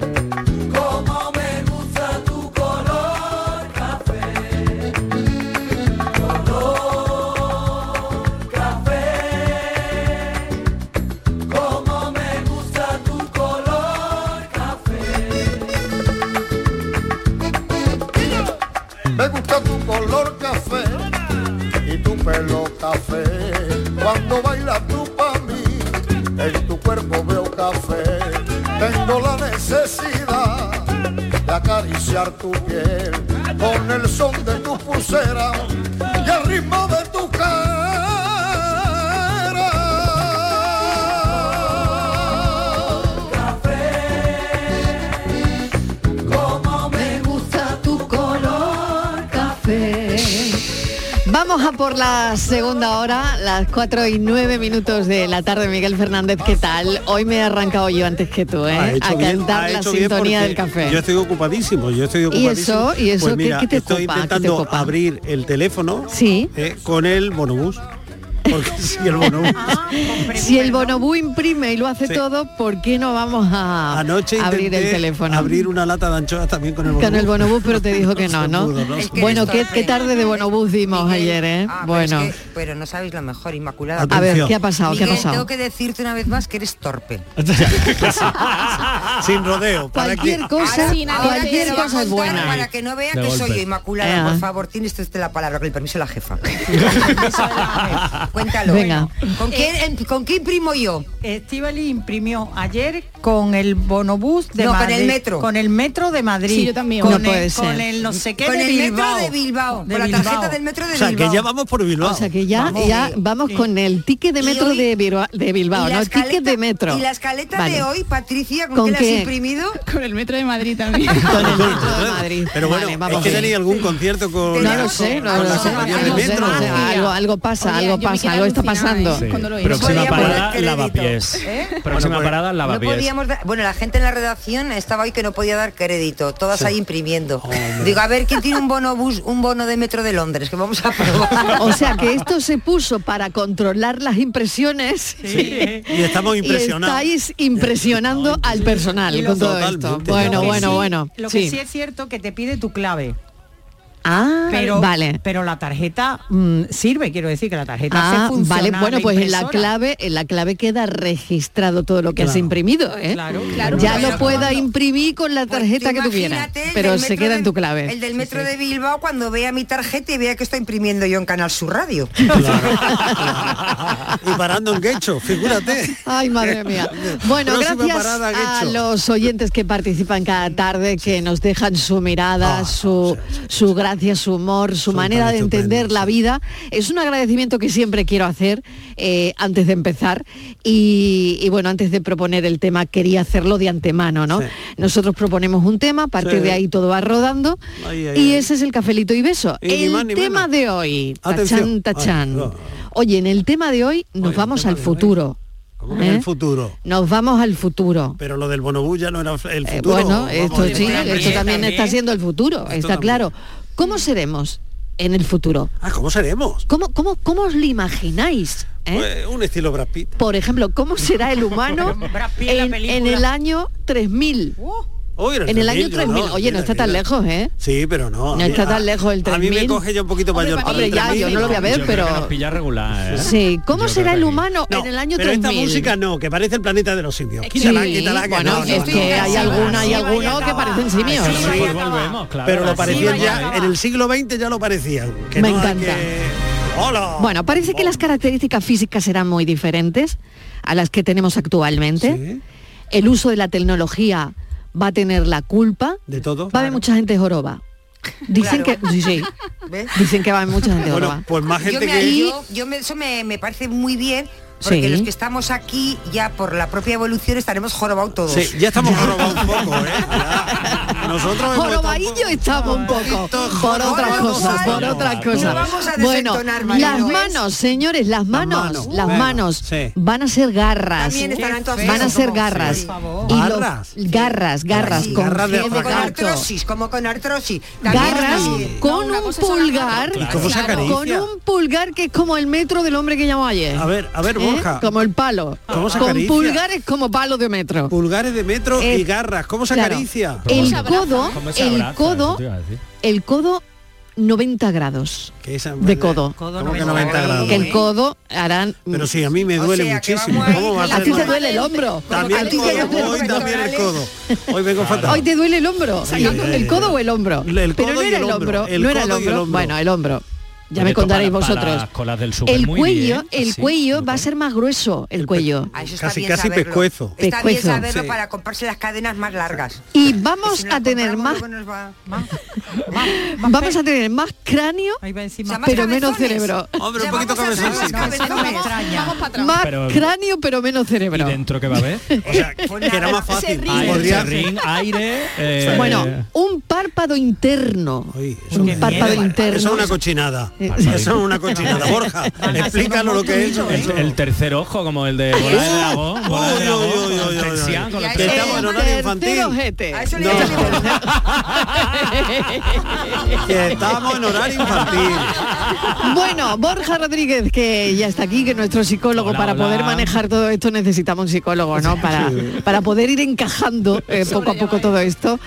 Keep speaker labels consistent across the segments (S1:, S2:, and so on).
S1: Como me gusta tu color café, color café. Como me gusta tu color café.
S2: Me gusta tu color café y tu pelo café. Cuando bailas tú pa' mí, en tu cuerpo veo café. Tengo la necesidad de acariciar tu piel con el son de tu pulsera y el ritmo de tu
S1: Como me gusta tu color
S3: Café. Vamos a por la segunda hora, las 4 y 9 minutos de la tarde. Miguel Fernández, ¿qué tal? Hoy me he arrancado yo antes que tú, ¿eh?
S4: Ha hecho
S3: a
S4: bien,
S3: cantar
S4: ha
S3: la
S4: hecho bien
S3: sintonía
S4: porque
S3: del café.
S4: Yo estoy ocupadísimo, yo estoy
S3: ¿Y
S4: ocupadísimo.
S3: eso? ¿Y eso?
S4: Pues
S3: ¿Qué-
S4: mira,
S3: qué te
S4: estoy
S3: ocupa? ¿Qué te
S4: intentando
S3: ocupa?
S4: abrir el teléfono eh, con el bonobús. Porque si el bonobús.
S3: Ah, si el bonobú imprime y lo hace
S4: Sí.
S3: todo, ¿por qué no vamos a
S4: Anoche
S3: abrir el
S4: intenté
S3: teléfono?
S4: Abrir una lata de anchoas también con el bonobús.
S3: Con el bonobús, pero te dijo que no, ¿no?
S4: pudo, no se pudo.
S3: bueno, ¿qué, qué tarde de bonobús dimos ayer, ¿eh?
S5: Ah, pero es
S3: bueno.
S5: que- pero no sabéis lo mejor, Inmaculada.
S3: A ver, ¿qué ha pasado? ¿Qué ha
S5: Miguel,
S3: pasado?
S5: Tengo que decirte una vez más que eres torpe.
S4: Sin rodeo. ¿para
S3: Cualquier
S5: qué?
S3: cosa,
S5: Ahora- ahora
S3: cualquier
S5: te lo va a
S3: cosa
S5: contar
S3: es buena. Ah.
S5: Para que no vea
S3: De
S5: que soy
S3: golpe.
S5: yo, Inmaculada,
S3: Ea.
S5: por favor, tienes usted la palabra, con el permiso de la jefa. Con el permiso de la jefa. Cuéntalo. eh.
S3: Venga.
S5: ¿Con qué, em- ¿Con qué imprimo yo?
S6: Estivali Eh, imprimió ayer con el bonobús de
S5: No, con
S6: Madrid.
S5: el metro.
S6: Con el metro de Madrid.
S5: Sí, yo también.
S6: Con,
S5: No
S6: el,
S5: puede ser.
S6: con el no sé qué
S5: Con
S6: de
S5: el metro
S6: Bilbao.
S5: de Bilbao, con la tarjeta del metro de
S4: O sea, que Bilbao. ya vamos por Bilbao.
S3: O sea, que ya
S4: Vamos.
S3: vamos, ya vamos con el ticket de metro de Bilbao, de Bilbao
S5: y la
S3: ¿no? El ticket
S5: escaleta-
S3: de metro.
S5: Y la escaleta de
S3: Vale.
S5: hoy, Patricia, ¿con,
S3: ¿Con
S5: qué, la
S3: qué?
S5: has imprimido?
S7: Con el metro de Madrid también.
S4: Pero bueno,
S3: vamos
S4: es que
S3: bien.
S4: tenéis algún concierto con
S3: No lo sé, no lo sé, no sé, no sé, algo, algo pasa, algo pasa, algo está pasando.
S8: Próxima
S5: Podríamos
S8: parada,
S5: dar ¿Eh?
S8: lavapiés. Próxima parada,
S5: pues, No
S8: lavapiés.
S5: podíamos dar- bueno, la gente en la redacción estaba hoy que no podía dar crédito, todas ahí imprimiendo. Digo, a ver quién tiene un bono bus, un bono de metro de Londres, que vamos a probar.
S3: O sea que esto se puso para controlar las impresiones
S4: Y estamos
S3: y
S4: impresionados.
S3: estáis impresionando al personal con todo esto.
S4: Totalmente.
S3: Bueno,
S6: Lo que
S3: bueno,
S6: sí-
S3: bueno.
S6: Lo que sí
S3: Sí.
S6: es cierto que te pide tu clave.
S3: Ah,
S6: Pero,
S3: vale.
S6: pero la tarjeta mm, sirve, quiero decir que la tarjeta
S3: Ah,
S6: hace funcionar
S3: vale, bueno,
S6: la
S3: pues en la
S6: impresora.
S3: clave, en la clave queda registrado todo lo que has
S6: Claro.
S3: imprimido, ¿eh?
S6: Claro, claro. Pues
S3: ya
S6: Pero
S3: lo pueda imprimir con la tarjeta que tú quieras,
S5: Imagínate el
S3: pero
S5: del
S3: se
S5: metro
S3: queda
S5: de-
S3: en tu clave.
S5: El del metro de Bilbao cuando vea mi tarjeta y vea que estoy imprimiendo yo en Canal Sur Radio.
S4: Y parando en quecho, figúrate.
S3: Ay, madre mía. Bueno,
S4: Próxima
S3: gracias
S4: parada,
S3: a
S4: Guecho.
S3: los oyentes que participan cada tarde, que nos dejan su
S4: Ah,
S3: mirada, su, su gracia, su humor, su manera de entender la vida. Es un agradecimiento que siempre quiero hacer eh, antes de empezar. Y, y bueno, antes de proponer el tema, quería hacerlo de antemano, ¿no? Nosotros proponemos un tema, a partir
S4: Sí.
S3: de ahí todo va rodando.
S4: Ahí, ahí,
S3: y
S4: ahí.
S3: ese es el cafelito y beso.
S4: Y ni
S3: el
S4: más ni
S3: tema de hoy, tachán,
S4: Atención.
S3: tachán. Oye, en el tema de hoy nos vamos al futuro.
S4: En
S3: ¿eh?
S4: el futuro.
S3: Nos vamos al futuro.
S4: Pero lo del bonobús ya no era el futuro.
S3: Eh, bueno, esto sí, esto también, está
S4: siendo
S3: siendo el futuro, está claro. ¿Cómo seremos en el futuro?
S4: Ah, ¿cómo seremos?
S3: ¿Cómo, cómo, cómo os lo imagináis? eh?
S4: Pues, un estilo Brad Pitt.
S3: Por ejemplo, ¿cómo será el humano en, Oh. en el año 3000?
S4: Uy,
S3: en el año 3000. Oye, no está tan lejos, ¿eh?
S4: Sí, pero no.
S3: No
S4: a mí-
S3: está tan
S4: a-
S3: lejos el
S4: A mí me
S3: 3000.
S4: coge ya un poquito
S3: Hombre,
S4: mayor.
S3: para hombre, ya, yo no lo voy a ver,
S8: Yo creo
S3: pero-
S8: que nos pilla regular, ¿eh?
S3: Sí, ¿cómo
S8: Yo
S3: será
S8: creo
S3: el
S8: que-
S3: humano en el año
S4: Pero
S3: 3000?
S4: esta música no, que parece el planeta de los simios.
S3: Sí,
S4: Quítala, quítala, que
S3: bueno,
S4: no, no,
S3: es
S4: no,
S3: que
S4: no,
S3: hay
S4: no,
S3: alguna,
S4: no,
S3: hay
S4: no,
S3: algunos
S4: no,
S3: que parecen simios.
S4: Sí, sí,
S8: volvemos, claro.
S4: Pero lo
S8: Así
S4: parecían
S8: vaya
S4: ya,
S8: acaba.
S4: en el siglo XX ya lo parecían. que
S3: Me
S4: no hay
S3: encanta.
S4: que- Hola.
S3: Bueno, parece que las características físicas serán muy diferentes a las que tenemos actualmente. El uso de la tecnología va a tener la culpa.
S4: De todo.
S3: Va a haber mucha gente joroba. Dicen
S5: Claro.
S3: que sí, sí.
S5: ¿Ves?
S3: Dicen que va a haber mucha gente joroba.
S4: Bueno, pues más
S5: Yo
S4: gente
S5: me,
S4: que...
S5: yo- yo me- eso me, me parece muy bien Porque
S3: Sí.
S5: los que estamos aquí, ya por la propia evolución, estaremos jorobados todos.
S4: Sí, ya estamos jorobados un poco, ¿eh? Ya. Nosotros hemos estado-
S3: Jorobadillo estamos un poco, por otras
S5: jorobados
S3: cosas,
S5: vamos.
S3: por otras
S5: No
S3: cosas.
S5: vamos a
S3: Bueno,
S5: desentonar, Marilo,
S3: las
S5: ¿eh?
S3: manos, señores, las manos, las
S4: Bueno,
S3: manos
S4: sí.
S3: van a ser garras.
S5: También estarán todas
S3: Van a
S5: feas,
S3: ser
S5: como-
S3: garras.
S5: Sí. Por favor.
S3: Y lo-
S4: ¿Garras?
S3: garras, garras
S5: Sí,
S3: con
S4: garras de
S3: G de
S5: como con
S3: gato.
S5: artrosis, como con artrosis. También
S3: Garras
S5: así.
S3: con un pulgar,
S4: ¿Y cómo se acaricia?
S3: con un pulgar que es como el metro del hombre que llamó ayer.
S4: A ver, a ver,
S3: ¿eh?
S4: Borja.
S3: Como el palo.
S4: ¿Cómo se
S3: con
S4: acaricia?
S3: pulgares como palo de metro.
S4: Pulgares de metro y
S3: Eh,
S4: garras. ¿Cómo se
S3: claro.
S4: acaricia?
S3: El
S8: ¿Cómo se
S3: codo,
S8: ¿Cómo se
S3: el
S8: abraza? Eso
S3: codo,
S8: te iba a decir.
S3: el codo 90 grados.
S4: Que esa-
S3: de codo.
S4: ¿Cómo
S6: Codo
S4: que
S6: 90
S4: 90 grados?
S3: Que el codo harán...
S4: Pero sí, a mí me
S5: O
S4: duele
S5: sea, que
S4: muchísimo.
S5: vamos ahí
S4: ¿Cómo va a
S5: con la
S3: A
S4: ser
S3: ti te
S4: mal?
S3: duele el hombro.
S4: También
S3: a
S4: el
S3: ti te duele el
S4: codo, hoy
S3: hombro.
S4: también el codo. Hoy vengo fatal.
S3: Hoy te duele el hombro.
S4: Sí,
S3: No,
S4: eh,
S3: el codo o el hombro.
S4: el
S3: Pero
S4: codo
S3: no
S4: y
S3: era
S4: el
S3: el
S4: hombro,
S3: hombro.
S4: el
S3: no era el
S4: codo y el
S3: hombro.
S4: hombro.
S3: Bueno, el hombro. Ya
S8: Oye,
S3: me contaréis
S8: para- para
S3: vosotros.
S8: las colas del súper,
S3: El
S8: muy
S3: cuello,
S8: bien,
S3: el
S8: así,
S3: cuello
S8: muy
S3: va a
S8: bien.
S3: ser más grueso, el cuello.
S5: Ah, eso está
S4: Casi-
S5: bien
S4: casi
S5: saberlo.
S4: pescuezo.
S5: Está
S3: Pescuezo.
S5: bien saberlo
S4: Sí.
S5: para comprarse las cadenas más largas.
S3: Y
S5: Que
S3: vamos
S5: si no
S3: a
S5: las
S3: tener
S5: compramos,
S3: más,
S5: luego nos va-
S3: vamos a tener más cráneo,
S6: Ahí
S5: O
S6: va
S5: sea,
S6: encima.
S5: más
S3: pero menos
S5: cabezones.
S3: cerebro.
S4: Hombre, un
S5: Ya
S4: poquito
S5: vamos a hacer
S4: cabezoncito.
S5: más
S6: No me
S5: cabezones.
S6: extraña.
S3: Más
S8: Pero-
S3: cráneo, pero menos
S8: ¿Y
S3: cerebro.
S8: dentro qué va a haber?
S4: O sea, que era más fácil.
S8: Aire,
S4: Podría-
S8: serrín, aire... eh,
S3: Bueno, un párpado interno.
S4: Uy, eso
S3: Un
S4: me-
S3: párpado
S6: miedo.
S3: interno.
S4: Eso es una cochinada.
S3: Eh,
S4: Eso es una cochinada. Borja, explícanos lo que es eso.
S8: El, el tercer ojo, como el de bola de dragón, bola de
S4: Uy,
S8: dragón,
S4: uy, uy,
S8: con
S4: uy, uy,
S8: tensión,
S4: uy.
S8: con los
S4: Que
S8: tensiones.
S4: estamos en horario infantil.
S3: tercer ojete.
S5: A eso le
S4: No.
S5: llaman el-
S4: Que estamos en horario infantil.
S3: Bueno, Borja Rodríguez, que ya está aquí, que nuestro psicólogo,
S8: Hola,
S3: para
S8: hola.
S3: poder manejar todo esto necesitamos un psicólogo, ¿no? Para, para poder ir encajando eh, poco a poco todo esto.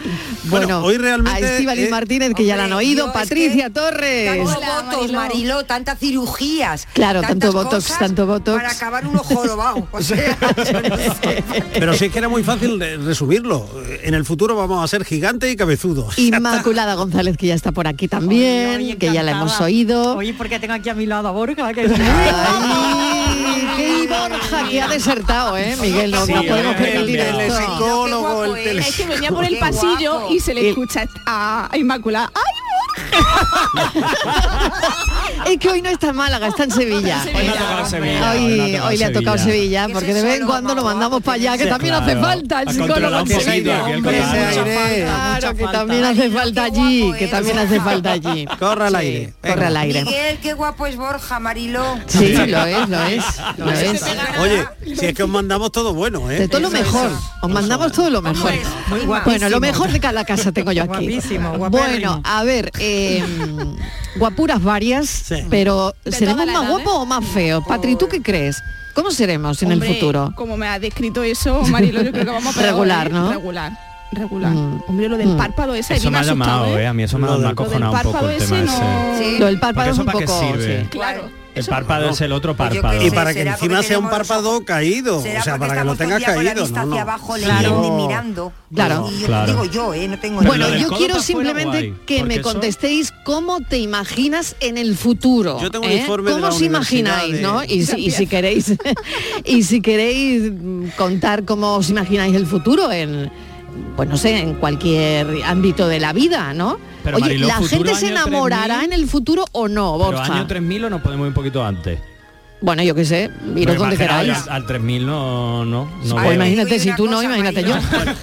S3: Bueno,
S4: Bueno, hoy realmente,
S3: a Estíbaliz
S4: eh,
S3: Martínez, que ya la han
S5: hombre,
S3: oído,
S5: yo es
S3: Patricia
S5: que-
S3: Torres.
S5: Tantos votos, Mariló. tantas cirugías.
S3: Claro, tanto
S5: tantas
S3: botox,
S5: cosas
S3: tanto botox.
S5: Para acabar uno jorobado. O sea, yo no sé.
S4: Pero si es que era muy fácil de resumirlo. En el futuro vamos a ser gigantes y cabezudos.
S3: Inmaculada González, que ya está por aquí también,
S6: Oye, oye,
S3: que ya la
S6: encantada.
S3: hemos oído.
S6: Oye, porque tengo aquí a mi lado a Borja, que
S3: Ay, qué Borja que ha desertado, ¿eh? Miguel, no,
S8: Sí,
S3: no podemos
S8: eh,
S3: permitir
S8: el
S3: esto.
S5: Qué
S4: psicólogo,
S5: guapo
S4: el
S5: es.
S4: tele-
S7: Es que venía por el
S5: Qué
S7: pasillo
S5: guapo.
S7: y se le escucha a Inmaculada. ¡Ay,
S3: Es que hoy no está en Málaga, está en Sevilla.
S7: Está en
S8: Hoy le
S7: Sevilla.
S8: ha tocado Sevilla.
S3: Hoy,
S8: ha tocado
S3: hoy le ha tocado Sevilla,
S5: Ese
S3: porque de vez en
S5: solo
S3: cuando lo
S5: mamá
S3: mandamos
S5: guapo
S3: para allá, que
S5: tiene.
S3: también hace
S8: Claro.
S3: falta el
S8: Ha controlado
S3: psicólogo
S8: un
S3: que se
S8: poquito
S3: vaya.
S8: aquí el
S3: Hombre,
S8: cotarro.
S3: ese
S4: Mucha
S3: aire.
S6: falta,
S3: Claro, que
S6: mucha
S3: también
S6: falta.
S3: hace falta
S5: Qué guapo
S3: allí, que
S5: es,
S3: también
S5: Borja.
S3: hace falta allí.
S4: Corra al
S3: Sí,
S4: aire, venga.
S3: Corre al aire.
S5: Miguel, qué guapo es Borja, Mariló.
S3: Sí, lo es, lo es, lo es.
S4: Oye, si es que os mandamos todo bueno,
S3: De
S4: ¿eh?
S3: todo lo mejor. Os mandamos todo lo mejor.
S6: Muy
S3: Bueno,
S6: guapísimo.
S3: lo mejor de cada casa tengo yo aquí.
S6: Guapísimo, guapérrimo.
S3: bueno, a ver, eh, guapuras varias,
S4: Sí.
S3: pero
S7: De
S3: ¿seremos
S7: toda la
S3: más
S7: edad,
S3: guapos o más feos? Patri, ¿tú qué crees? ¿Cómo seremos en el
S7: Hombre,
S3: futuro?
S7: Como me ha descrito eso, Marilo, yo creo que vamos a pegar
S3: Regular,
S7: ahí.
S3: ¿no?
S7: Regular, regular.
S3: Mm.
S7: Hombre, lo del
S3: Mm.
S7: párpado ese
S8: Eso
S7: bien
S8: me ha
S7: asustado,
S8: llamado, eh. A mí eso me ha
S4: Lo
S8: me ha
S4: del-
S7: Lo del
S8: acojonado un poco
S7: párpado
S8: el
S7: ese
S8: tema
S7: no.
S8: ese.
S5: Sí.
S3: Lo del párpado es
S8: eso
S3: un
S8: para qué
S3: poco...
S8: sirve?
S3: sí.
S7: Claro.
S8: El párpado es el otro
S5: Pues yo
S8: párpado.
S5: qué
S4: Y
S5: sé.
S4: para que
S5: ¿Será
S4: encima
S5: porque
S4: sea un
S5: tenemos-
S4: párpado caído, o
S5: ¿Será
S4: sea,
S5: porque
S4: para que lo
S5: estamos todo el
S4: tengas
S5: día con la
S4: caído.
S5: vista
S4: No,
S5: hacia
S4: no.
S5: abajo,
S4: Claro.
S5: leyendo y mirando.
S3: Claro.
S5: Y yo-
S8: Claro.
S5: Digo yo, ¿eh? No tengo
S8: Pero
S3: Bueno,
S8: lo del
S3: yo
S8: codo
S3: quiero
S8: para afuera,
S3: simplemente
S8: guay,
S3: que
S8: porque
S3: me
S8: eso-
S3: contestéis cómo te imaginas en el futuro.
S4: Yo tengo un
S3: ¿eh?
S4: informe de
S3: ¿Cómo
S4: la
S3: os imagináis,
S4: universidad
S3: no?
S4: de-
S3: Y si, y si queréis, y si queréis mm, contar cómo os imagináis el futuro en, pues no sé, en cualquier ámbito de la vida, ¿no?
S8: Pero,
S3: Oye,
S8: Mariló,
S3: ¿la
S8: futuro
S3: gente se
S8: año
S3: enamorará
S8: 3000?
S3: en el futuro o no,
S8: Pero
S3: Borja?
S8: año 3000 o nos podemos ir un poquito antes.
S3: Bueno, yo qué sé, iros
S8: Porque
S3: donde
S8: imaginaos,
S3: queráis.
S8: Al, al 3000 no, no, no
S3: Pues
S8: veo.
S3: imagina-
S5: Te
S3: imagínate,
S5: digo
S3: si
S5: una
S3: tú no,
S5: cosa,
S3: imagínate
S5: Mariló.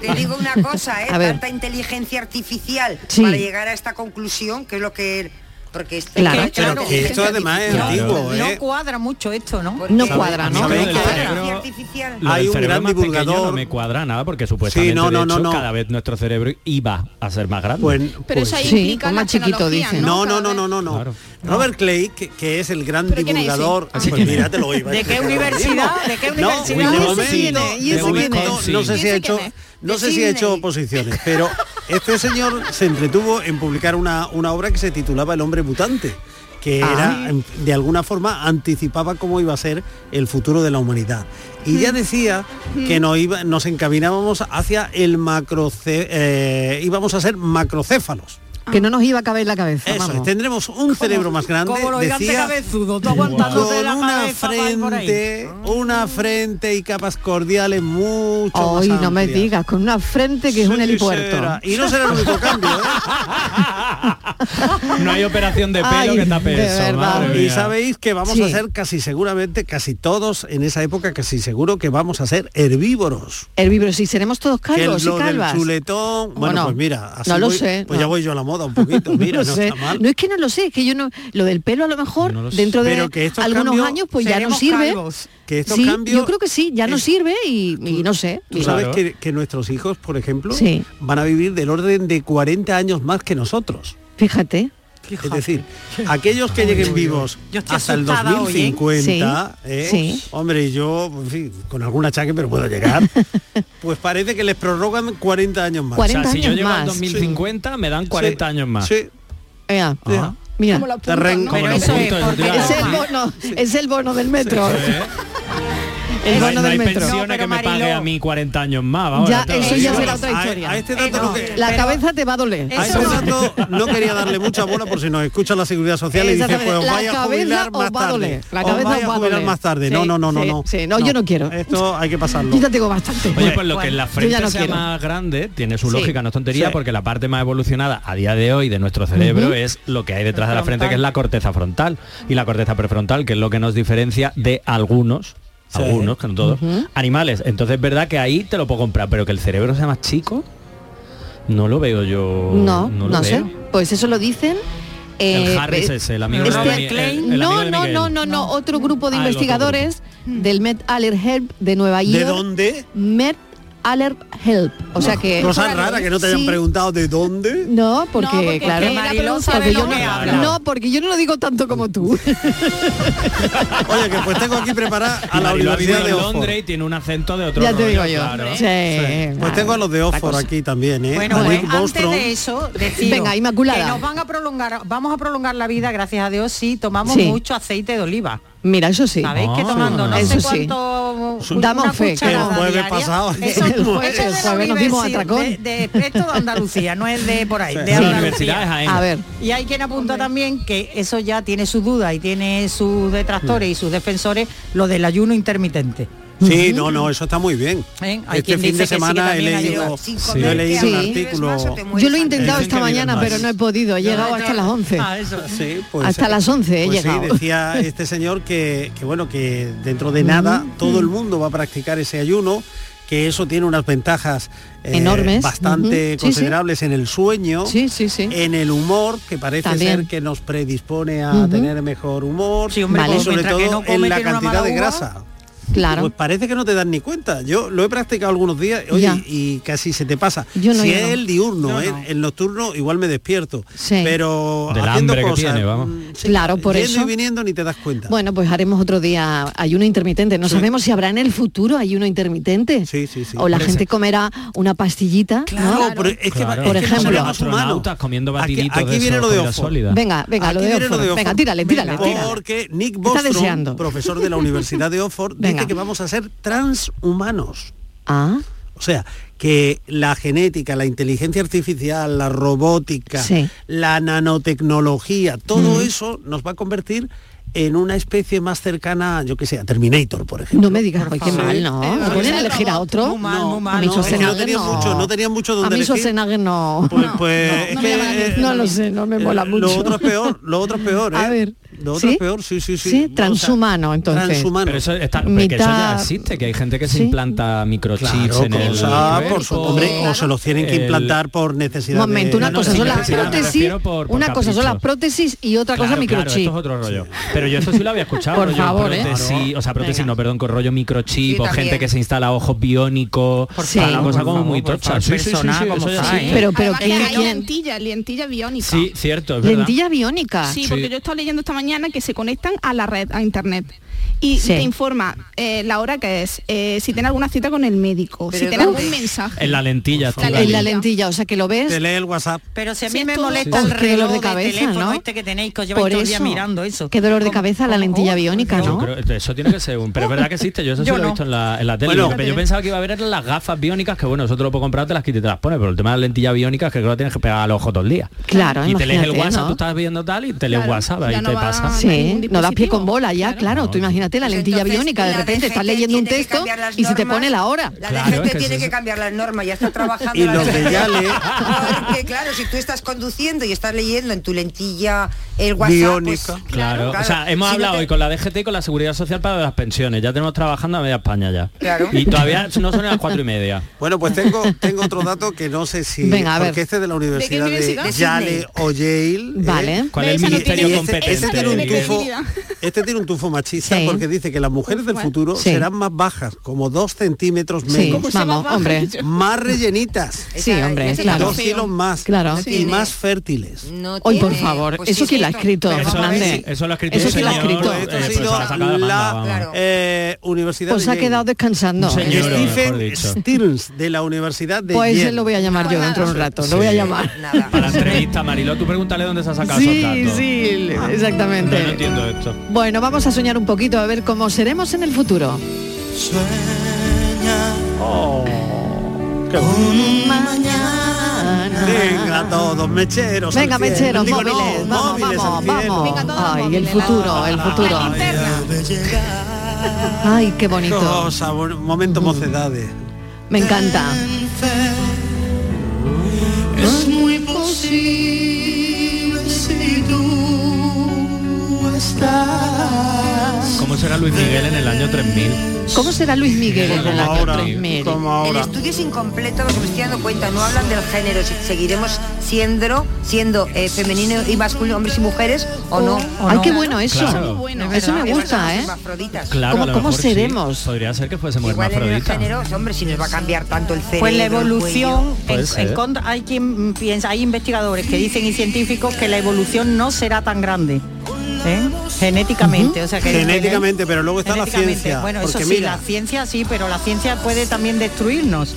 S5: Te digo una cosa, ¿eh?
S3: A ver.
S5: Tanta inteligencia artificial
S3: Sí.
S5: para llegar a esta conclusión, que es lo que... Porque esto,
S3: Claro.
S5: esto-
S4: Pero que esto además es
S8: Claro.
S4: antiguo,
S6: No
S4: ¿eh?
S6: cuadra mucho esto, ¿no?
S5: porque
S3: No cuadra,
S5: la
S8: ¿no? Lo del
S5: Inteligencia
S8: cerebro-
S5: artificial.
S8: Lo
S4: Hay
S8: del
S4: un
S8: cerebro
S4: gran
S8: más pequeño
S4: divulgador.
S8: No me cuadra nada porque supuestamente
S4: no,
S8: de
S4: no, no,
S8: hecho,
S4: no.
S8: cada vez nuestro cerebro iba a ser más grande.
S4: Pues-
S7: Pero
S4: pues
S7: eso ahí
S3: sí.
S7: implica
S3: Con más
S7: las
S3: chiquito,
S7: tecnologías,
S3: dicen.
S4: No,
S7: Cada
S4: no, no,
S7: vez-
S4: no, no, no.
S8: Claro.
S4: Robert Clay, que, que es el gran
S7: ¿Pero quién es ese?
S4: divulgador.
S7: Ah.
S4: Pues mira, te lo iba a
S6: ¿De
S4: decir
S6: qué
S4: ahora mismo.
S6: universidad? ¿De qué
S4: No,
S6: universidad?
S4: de
S3: ¿Y ese
S4: momento,
S3: quién es? ¿Y
S4: de
S3: ese quién
S4: momento,
S8: es?
S4: no sé si ha
S7: ¿Y ese
S4: hecho,
S7: quién es?
S4: no
S5: De
S4: sé si ha hecho
S5: Sydney.
S4: oposiciones, pero este señor se entretuvo en publicar una, una obra que se titulaba El hombre mutante que
S7: Ah,
S4: era en- de alguna forma anticipaba cómo iba a ser el futuro de la humanidad y
S3: Hmm.
S4: ya decía que nos, iba- nos encaminábamos hacia el macroce eh, íbamos a ser macrocéfalos
S3: que no nos iba a caber en la cabeza.
S4: Eso,
S3: Ah, vamos.
S4: tendremos un cerebro más grande.
S3: como lo gigante
S4: decía,
S3: cabezudo, tú
S4: con
S3: aguantándote la
S4: una
S3: cabeza para ir por ahí.
S4: frente, una frente y capas cordiales mucho
S3: Hoy
S4: más
S3: no me
S4: amplias.
S3: digas, con una frente que es un
S4: Sí,
S3: helipuerto.
S4: será. Y no será el único cambio, ¿eh?
S8: No hay operación de pelo
S4: Ay,
S8: que tape
S4: de
S8: eso.
S4: verdad.
S8: madre
S4: Y
S8: mía.
S4: sabéis que vamos
S8: Sí.
S4: a ser casi seguramente, casi todos en esa época, casi seguro que vamos a ser herbívoros.
S3: Herbívoros, si seremos todos calvos
S4: que lo
S3: y
S4: del
S3: calvas.
S4: chuletón, bueno,
S3: Bueno,
S4: pues mira, así
S3: no lo
S4: voy-
S3: sé,
S4: pues
S3: no.
S4: ya voy yo a la moda un poquito, mira, no,
S3: lo sé.
S4: está mal.
S3: No es que no lo sé, es que yo no lo del pelo a lo mejor
S4: lo sé.
S3: dentro de
S4: Pero que estos
S3: algunos
S4: cambios-
S3: años pues ya no
S4: Seremos
S3: sirve.
S4: calvos. Que estos
S3: sí,
S4: cambios-
S3: yo creo que sí, ya no sirve y, y no sé.
S4: Tú
S3: Y-
S4: sabes que, que nuestros hijos, por ejemplo,
S3: Sí.
S4: van a vivir del orden de 40 años más que nosotros.
S3: Fíjate.
S4: Es decir, aquellos que lleguen vivos
S9: Yo estoy
S4: hasta el
S9: asustada hoy, ¿eh?
S4: 2050,
S9: Sí,
S4: ¿eh?
S9: sí.
S4: hombre, yo, en fin, con algún achaque, pero puedo llegar, pues parece que les prorrogan 40 años más.
S3: 40 O sea,
S8: si yo llego al 2050 me dan 40 años más.
S4: Sí.
S3: Mira,
S4: Ah.
S8: Ajá.
S3: mira.
S8: Como lo apuntan, Terren- ¿no? como lo
S3: Eso es,
S8: apuntan,
S3: porque
S8: claro.
S3: es el bono, es el bono del metro. El
S8: No hay-
S3: bono
S8: no hay
S3: del metro.
S8: pensiones que me pague a mí 40 años más. vamos,
S3: Ya,
S8: te lo
S3: eso
S8: digo.
S3: ya será otra historia.
S4: no,
S3: este La cabeza te va a doler.
S4: A ese dato no quería darle mucha bola por si nos escucha la Seguridad Social y dice,
S3: Exactamente.
S4: pues os
S3: La
S4: vais a
S3: cabeza
S4: jubilar
S3: os
S4: más
S3: va a
S4: tarde.
S3: doler. La
S4: Os
S3: cabeza
S4: vais a
S3: os va a
S4: jubilar
S3: doler.
S4: más tarde.
S3: Sí,
S4: No, no, no, no,
S3: sí,
S4: no.
S3: sí. No, yo no quiero.
S4: Esto hay que pasarlo.
S3: Yo ya tengo bastante.
S8: Oye, pues lo que en la
S3: Yo ya
S8: frente
S3: no
S8: sea
S3: quiero.
S8: más grande tiene su
S3: Sí.
S8: lógica, no es tontería,
S3: Sí.
S8: porque la parte más evolucionada a día de hoy de nuestro cerebro
S3: Ujú.
S8: es lo que hay detrás de la frente, que es la corteza frontal y la corteza prefrontal, que es lo que nos diferencia de algunos. Algunos, que no todos.
S10: Ujú.
S8: Animales. Entonces es verdad que ahí te lo puedo comprar, pero que el cerebro sea más chico, no lo veo yo.
S3: No, no,
S8: lo
S3: sé.
S8: veo.
S3: Pues eso lo dicen. eh,
S8: el Harris
S3: eh,
S8: es el amigo
S3: este-
S8: de mi- el- el amigo
S3: no,
S8: de
S3: no,
S8: Miguel.
S3: no, no, no, otro grupo de
S8: Ah, el otro
S3: investigadores Mm. del Met Aller Help de Nueva
S4: ¿De
S3: York.
S4: dónde?
S3: Met Aller Help. O sea que
S4: Cosa rara que no te hayan
S3: Sí,
S4: preguntado de dónde.
S3: No, porque,
S4: No, porque
S3: claro,
S4: es que Mariló
S3: porque
S4: sabe
S3: yo
S4: lo que habla.
S3: no, no, porque yo no lo digo tanto como tú.
S4: Oye, que pues tengo aquí preparada a la
S8: Mariló ha vivido
S4: Universidad de
S8: en
S4: Oxford.
S8: Londres y tiene un acento de otro
S4: Ya te
S8: rollo,
S4: digo yo.
S8: claro.
S4: Sí, Pues tengo a los de Oxford
S8: cosa.
S4: aquí también, ¿eh?
S6: Bueno,
S4: A
S6: pues,
S4: Nick
S6: antes
S4: Bostrom.
S6: de eso, deciros
S3: Venga, Inmaculada.
S6: que nos van a prolongar, vamos a prolongar la vida, gracias a Dios, si tomamos
S3: Sí.
S6: mucho aceite de oliva.
S3: Mira, eso sí.
S6: Sabéis que tomando no
S3: eso
S6: sé
S3: sí.
S6: cuánto una
S3: Damos fe. que
S6: cucharada
S3: el jueves
S6: diaria,
S3: pasado.
S6: Eso,
S3: El
S6: eso es
S3: jueves,
S6: de
S3: el
S6: la
S3: jueves nos dimos
S6: universi-
S3: atracón.
S6: De, de- esto de Andalucía, no es de por ahí,
S8: Sí.
S6: de
S8: Sí, la
S6: Andalucía.
S8: universidad es Jaén. A ver.
S6: Y hay quien apunta también que eso ya tiene sus dudas y tiene sus detractores
S3: Mm.
S6: y sus defensores, lo del ayuno intermitente.
S4: Sí, no, no, eso está muy bien.
S6: ¿Eh? Hay
S4: Este
S6: quien
S4: fin
S6: dice
S4: de
S6: que sí, que
S4: semana he
S6: también
S4: leído,
S6: ayuda. Sin
S4: yo
S6: comer,
S4: he leído
S6: que
S4: un
S6: si
S4: artículo.
S3: Yo lo he intentado
S4: Dicen
S3: esta
S4: que viven
S3: mañana,
S4: más.
S3: pero no he podido. He Ah, llegado hasta las 11.
S4: Sí, pues,
S3: Hasta
S4: eh,
S3: las 11 he
S4: pues sí,
S3: llegado.
S4: decía este señor que, que bueno, que dentro de nada todo el mundo va a practicar ese ayuno, que eso tiene unas ventajas eh,
S3: Enormes,
S4: bastante
S3: ujú, sí, sí.
S4: considerables en el sueño, en el humor, que parece
S3: También.
S4: ser que nos predispone a
S3: Ujú.
S4: tener mejor humor,
S3: hombre,
S4: y
S3: pues
S4: sobre
S3: mientras
S4: todo
S3: que no come,
S4: en la
S3: tiene una
S4: cantidad
S3: mala
S4: de
S3: uva.
S4: grasa.
S3: Claro.
S4: Pues parece que no te das ni cuenta. Yo lo he practicado algunos días oye,
S3: Ya.
S4: y casi se te pasa.
S3: Yo no,
S4: si
S3: yo
S4: es
S3: no.
S4: el diurno,
S3: Yo
S4: ¿eh? el nocturno igual me despierto. Pero
S8: Del
S4: haciendo
S8: hambre que
S4: cosas,
S8: tiene, vamos.
S3: claro, por
S4: yendo
S3: eso.
S4: y viniendo ni te das cuenta.
S3: Bueno, pues haremos otro día ayuno intermitente. No sabemos si habrá en el futuro ayuno intermitente. O la
S8: Hombre,
S3: gente
S8: se-
S3: comerá una pastillita.
S4: Claro,
S3: ¿no?
S4: pero es que,
S8: Claro.
S4: es
S8: Por
S4: que no
S8: ejemplo,
S4: somos
S8: astronautas
S4: humanos.
S8: comiendo batiditos
S4: aquí
S8: de
S4: viene
S8: esos
S4: lo de
S8: comida
S4: Oxford.
S8: sólida.
S3: Venga, venga,
S4: Aquí
S3: lo de
S4: viene
S3: Oxford. Venga,
S4: Oxford.
S3: tírale, tírale,
S4: Venga,
S3: tírale.
S4: Porque Nick
S3: Está deseando.
S4: Bostrom, profesor de la Universidad de Oxford,
S3: Venga.
S4: dice que vamos a ser transhumanos.
S3: Ah,
S4: O sea, que la genética, la inteligencia artificial, la robótica,
S3: Sí.
S4: la nanotecnología, todo
S3: Mm.
S4: eso nos va a convertir en una especie más cercana, yo que sé, a Terminator, por ejemplo.
S3: no me digas, ay, qué
S4: favor.
S3: mal, ¿no?
S4: Eh,
S3: ¿Me ponen a elegir a otro?
S4: Muy mal, muy mal,
S3: A mí
S4: no, es que no
S3: Schwarzenegger
S4: tenía mucho, no tenía mucho donde
S3: A mí
S4: elegir.
S3: Schwarzenegger no.
S4: Pues, pues, es que, eh,
S3: No lo sé, no me mola mucho.
S4: Lo otro es peor, lo otro es peor, ¿eh?
S3: A ver,
S4: Lo otro
S3: ¿sí?
S4: es peor, sí, sí, sí.
S3: Sí,
S4: O sea,
S3: transhumano, entonces.
S4: Transhumano.
S8: Pero eso, está,
S3: Mitad-
S8: que eso ya existe, que hay gente que se implanta microchips
S4: Claro,
S8: en
S4: como
S8: el
S4: sea,
S8: cuerpo.
S4: por su- hombre, o se los tienen que
S8: El-
S4: implantar por necesidad.
S3: Un momento,
S4: de-
S3: una
S4: No, no,
S3: cosa
S4: sí,
S3: son las
S4: necesidad.
S3: prótesis, una cosa son las prótesis y otra cosa
S8: Claro, claro,
S3: microchip.
S8: esto es otro rollo. Pero yo eso sí lo había escuchado.
S3: Por
S8: rollo
S3: favor, ¿eh?
S8: prótesis, O sea, prótesis,
S3: Venga.
S8: no, perdón, con rollo microchip,
S3: Sí,
S8: o
S3: también.
S8: gente que se instala ojos biónicos. o sea,
S3: favor,
S8: una cosa
S3: por
S8: como
S3: favor,
S8: muy
S3: por
S8: tocha.
S3: favor,
S8: Sí, sí, sí,
S3: persona
S8: sí,
S3: como
S8: eso ya
S3: está,
S8: sí.
S3: ¿eh? Pero- pero
S7: Además,
S3: ¿quién-
S7: que hay
S3: quién?
S7: lentilla, lentilla biónica.
S8: Sí, cierto, es verdad.
S3: Lentilla biónica.
S7: Sí, porque yo estaba leyendo esta mañana que se conectan a la red, a internet. y
S6: Sí.
S7: te informa eh, la hora que es, eh, si tiene alguna cita con el médico, si tiene algún mensaje.
S8: En la lentilla.
S7: favor.
S8: Estivali.
S3: En la lentilla, o sea que lo ves.
S4: Te lee el WhatsApp.
S6: Pero si a
S7: Sí,
S6: mí me
S7: todo.
S6: molesta
S3: Oh,
S6: el
S3: qué dolor
S6: reloj
S3: de
S6: de
S3: cabeza,
S6: teléfono
S3: ¿no?
S6: este que tenéis, que os lleváis
S3: Por
S6: todo el día
S3: eso.
S6: mirando eso.
S3: Qué dolor de cabeza la lentilla biónica,
S8: Yo
S3: ¿no?
S8: creo- eso tiene que ser un... Pero es verdad que existe, yo eso sí
S6: Yo
S8: lo he
S6: no.
S8: visto en la, en la tele.
S4: Bueno.
S8: Lo que yo pensaba que iba a haber eran las gafas biónicas, que bueno, eso te lo puedo comprar, te las quitas y te las pones, pero el tema de las lentillas biónicas es que creo que tienes que pegar al ojo todo el día.
S3: Claro,
S8: Y te lees el
S3: imagínate,
S8: WhatsApp,
S3: ¿no?
S8: tú estás viendo tal y te lees
S7: Claro,
S8: WhatsApp,
S7: ya
S8: ahí
S7: no
S8: te
S7: va-
S8: pasa.
S7: no hay
S3: Sí,
S7: ningún
S3: no das pie con
S7: dispositivo.
S3: bola ya, claro.
S8: No,
S3: Tú imagínate la
S5: Pues
S3: lentilla
S5: entonces,
S3: biónica, de
S5: la
S3: repente estás
S5: DGT
S3: leyendo un
S5: tiene que
S3: texto
S5: cambiar las
S3: y se te
S5: normas.
S3: pone la hora.
S5: La
S8: Claro,
S5: DGT
S8: es que
S5: tiene
S8: es
S5: que
S8: eso.
S5: cambiar las normas, ya está trabajando.
S4: Y
S5: la
S4: lo que ya
S5: DGT.
S4: lee-
S5: Porque, claro, si tú estás conduciendo y estás leyendo en tu lentilla el WhatsApp, pues,
S4: Biónica.
S8: Claro, o sea, hemos
S5: Si no
S8: hablado
S5: te-
S8: hoy con la DGT y con la Seguridad Social para las pensiones. Ya tenemos trabajando a media España ya.
S5: Claro.
S8: Y todavía no son las cuatro y media.
S4: Bueno, pues tengo, tengo otro dato que no sé si...
S3: Venga, a ver.
S4: Porque este es de la Universidad de,
S7: universidad? De
S4: Yale
S5: Sydney.
S4: o Yale. ¿eh?
S3: Vale.
S8: ¿Cuál es el
S7: Esa no
S8: ministerio
S7: tiene-
S8: competente?
S7: esa
S4: Este tiene un
S8: Miguel?
S4: tufo,
S7: Credibilidad.
S4: este tiene un tufo machista
S3: Sí.
S4: porque dice que las mujeres del
S7: Bueno,
S4: futuro
S3: sí.
S4: serán más bajas, como dos centímetros
S3: Sí,
S4: menos,
S3: vamos,
S7: baja
S3: hombre.
S7: yo.
S4: más rellenitas,
S3: Sí, hombre,
S5: Ese
S3: claro.
S4: dos kilos más
S3: Claro. No
S4: y
S5: tiene.
S4: más fértiles.
S5: No
S3: Hoy, por
S5: tiene-
S3: favor,
S5: pues
S3: ¿eso
S5: sí,
S3: quién lo ha
S5: esto-
S3: escrito,
S5: Pero
S8: Eso,
S3: Fernández?
S8: es- eso lo ha escrito
S3: Eso
S8: un
S3: sí lo ha
S8: señor,
S3: escrito.
S8: eh,
S4: Esto ha
S8: pues, la
S4: sido
S8: saca de manga,
S4: la-
S8: vamos.
S5: Claro.
S4: Eh, Universidad
S3: Os
S4: de
S3: ha
S4: Yale.
S3: quedado descansando.
S8: Un
S3: ¿eh?
S8: señor, mejor
S4: Stephen
S8: dicho.
S4: Stills de la Universidad de
S3: Pues
S4: Yale.
S3: él lo voy a llamar yo dentro de un rato, lo voy a
S8: Sí.
S3: llamar.
S5: Nada.
S8: Para la entrevista, Mariló, tú pregúntale dónde se ha sacado esos
S3: Sí,
S8: datos.
S3: sí,
S8: Yo no
S3: exactamente.
S8: entiendo esto.
S3: Bueno, vamos a soñar un poquito a ver cómo seremos en el futuro.
S4: Oh, Qué bueno.
S3: Mañana.
S4: Venga todos, mecheros. al
S3: Venga,
S4: cielo.
S3: mecheros,
S4: Digo, no,
S3: móviles, vamos,
S4: móviles al
S3: vamos,
S4: cielo.
S3: vamos. Ah,
S7: Venga, todos
S3: Ay, el
S7: móviles,
S3: futuro,
S7: la-
S3: el futuro.
S7: La linterna.
S3: Ay, qué bonito. Mm.
S4: Cosa, buen- momento mocedades.
S3: Me encanta.
S9: Es muy posible si tú estás.
S8: ¿Cómo será Luis Miguel en el año 3000?
S3: ¿Cómo será Luis Miguel en el
S4: Como
S3: año
S4: ahora,
S3: 3000?
S4: como
S5: El
S4: ahora.
S5: estudio es incompleto porque me estoy dando cuenta, no hablan del género, si seguiremos siendo, siendo eh, femenino y masculino, hombres y mujeres, o no. o
S3: Ay,
S5: no.
S3: qué bueno eso.
S8: Claro.
S7: Bueno,
S3: Eso me
S5: Que
S3: gusta,
S5: somos
S3: ¿eh?
S4: Pues
S5: hermafroditas.
S8: Claro,
S3: ¿Cómo-
S8: a lo
S3: cómo
S8: mejor sí.
S3: seremos?
S8: Podría ser que fuésemos
S5: Igual en el
S8: hermafrodita.
S5: género, hombre, si nos va a cambiar tanto el cerebro.
S6: Pues la
S5: el cuello.
S6: evolución,
S8: Puede
S6: en-
S8: ser.
S6: en contra- hay quien piensa, hay investigadores que dicen y científicos que la evolución no será tan grande. ¿eh? Genéticamente, o sea que
S4: Genéticamente, pero luego está la
S6: Genéticamente.
S4: ciencia,
S6: Bueno, eso
S4: porque
S6: sí,
S4: mira.
S6: la ciencia sí, pero la ciencia puede también destruirnos.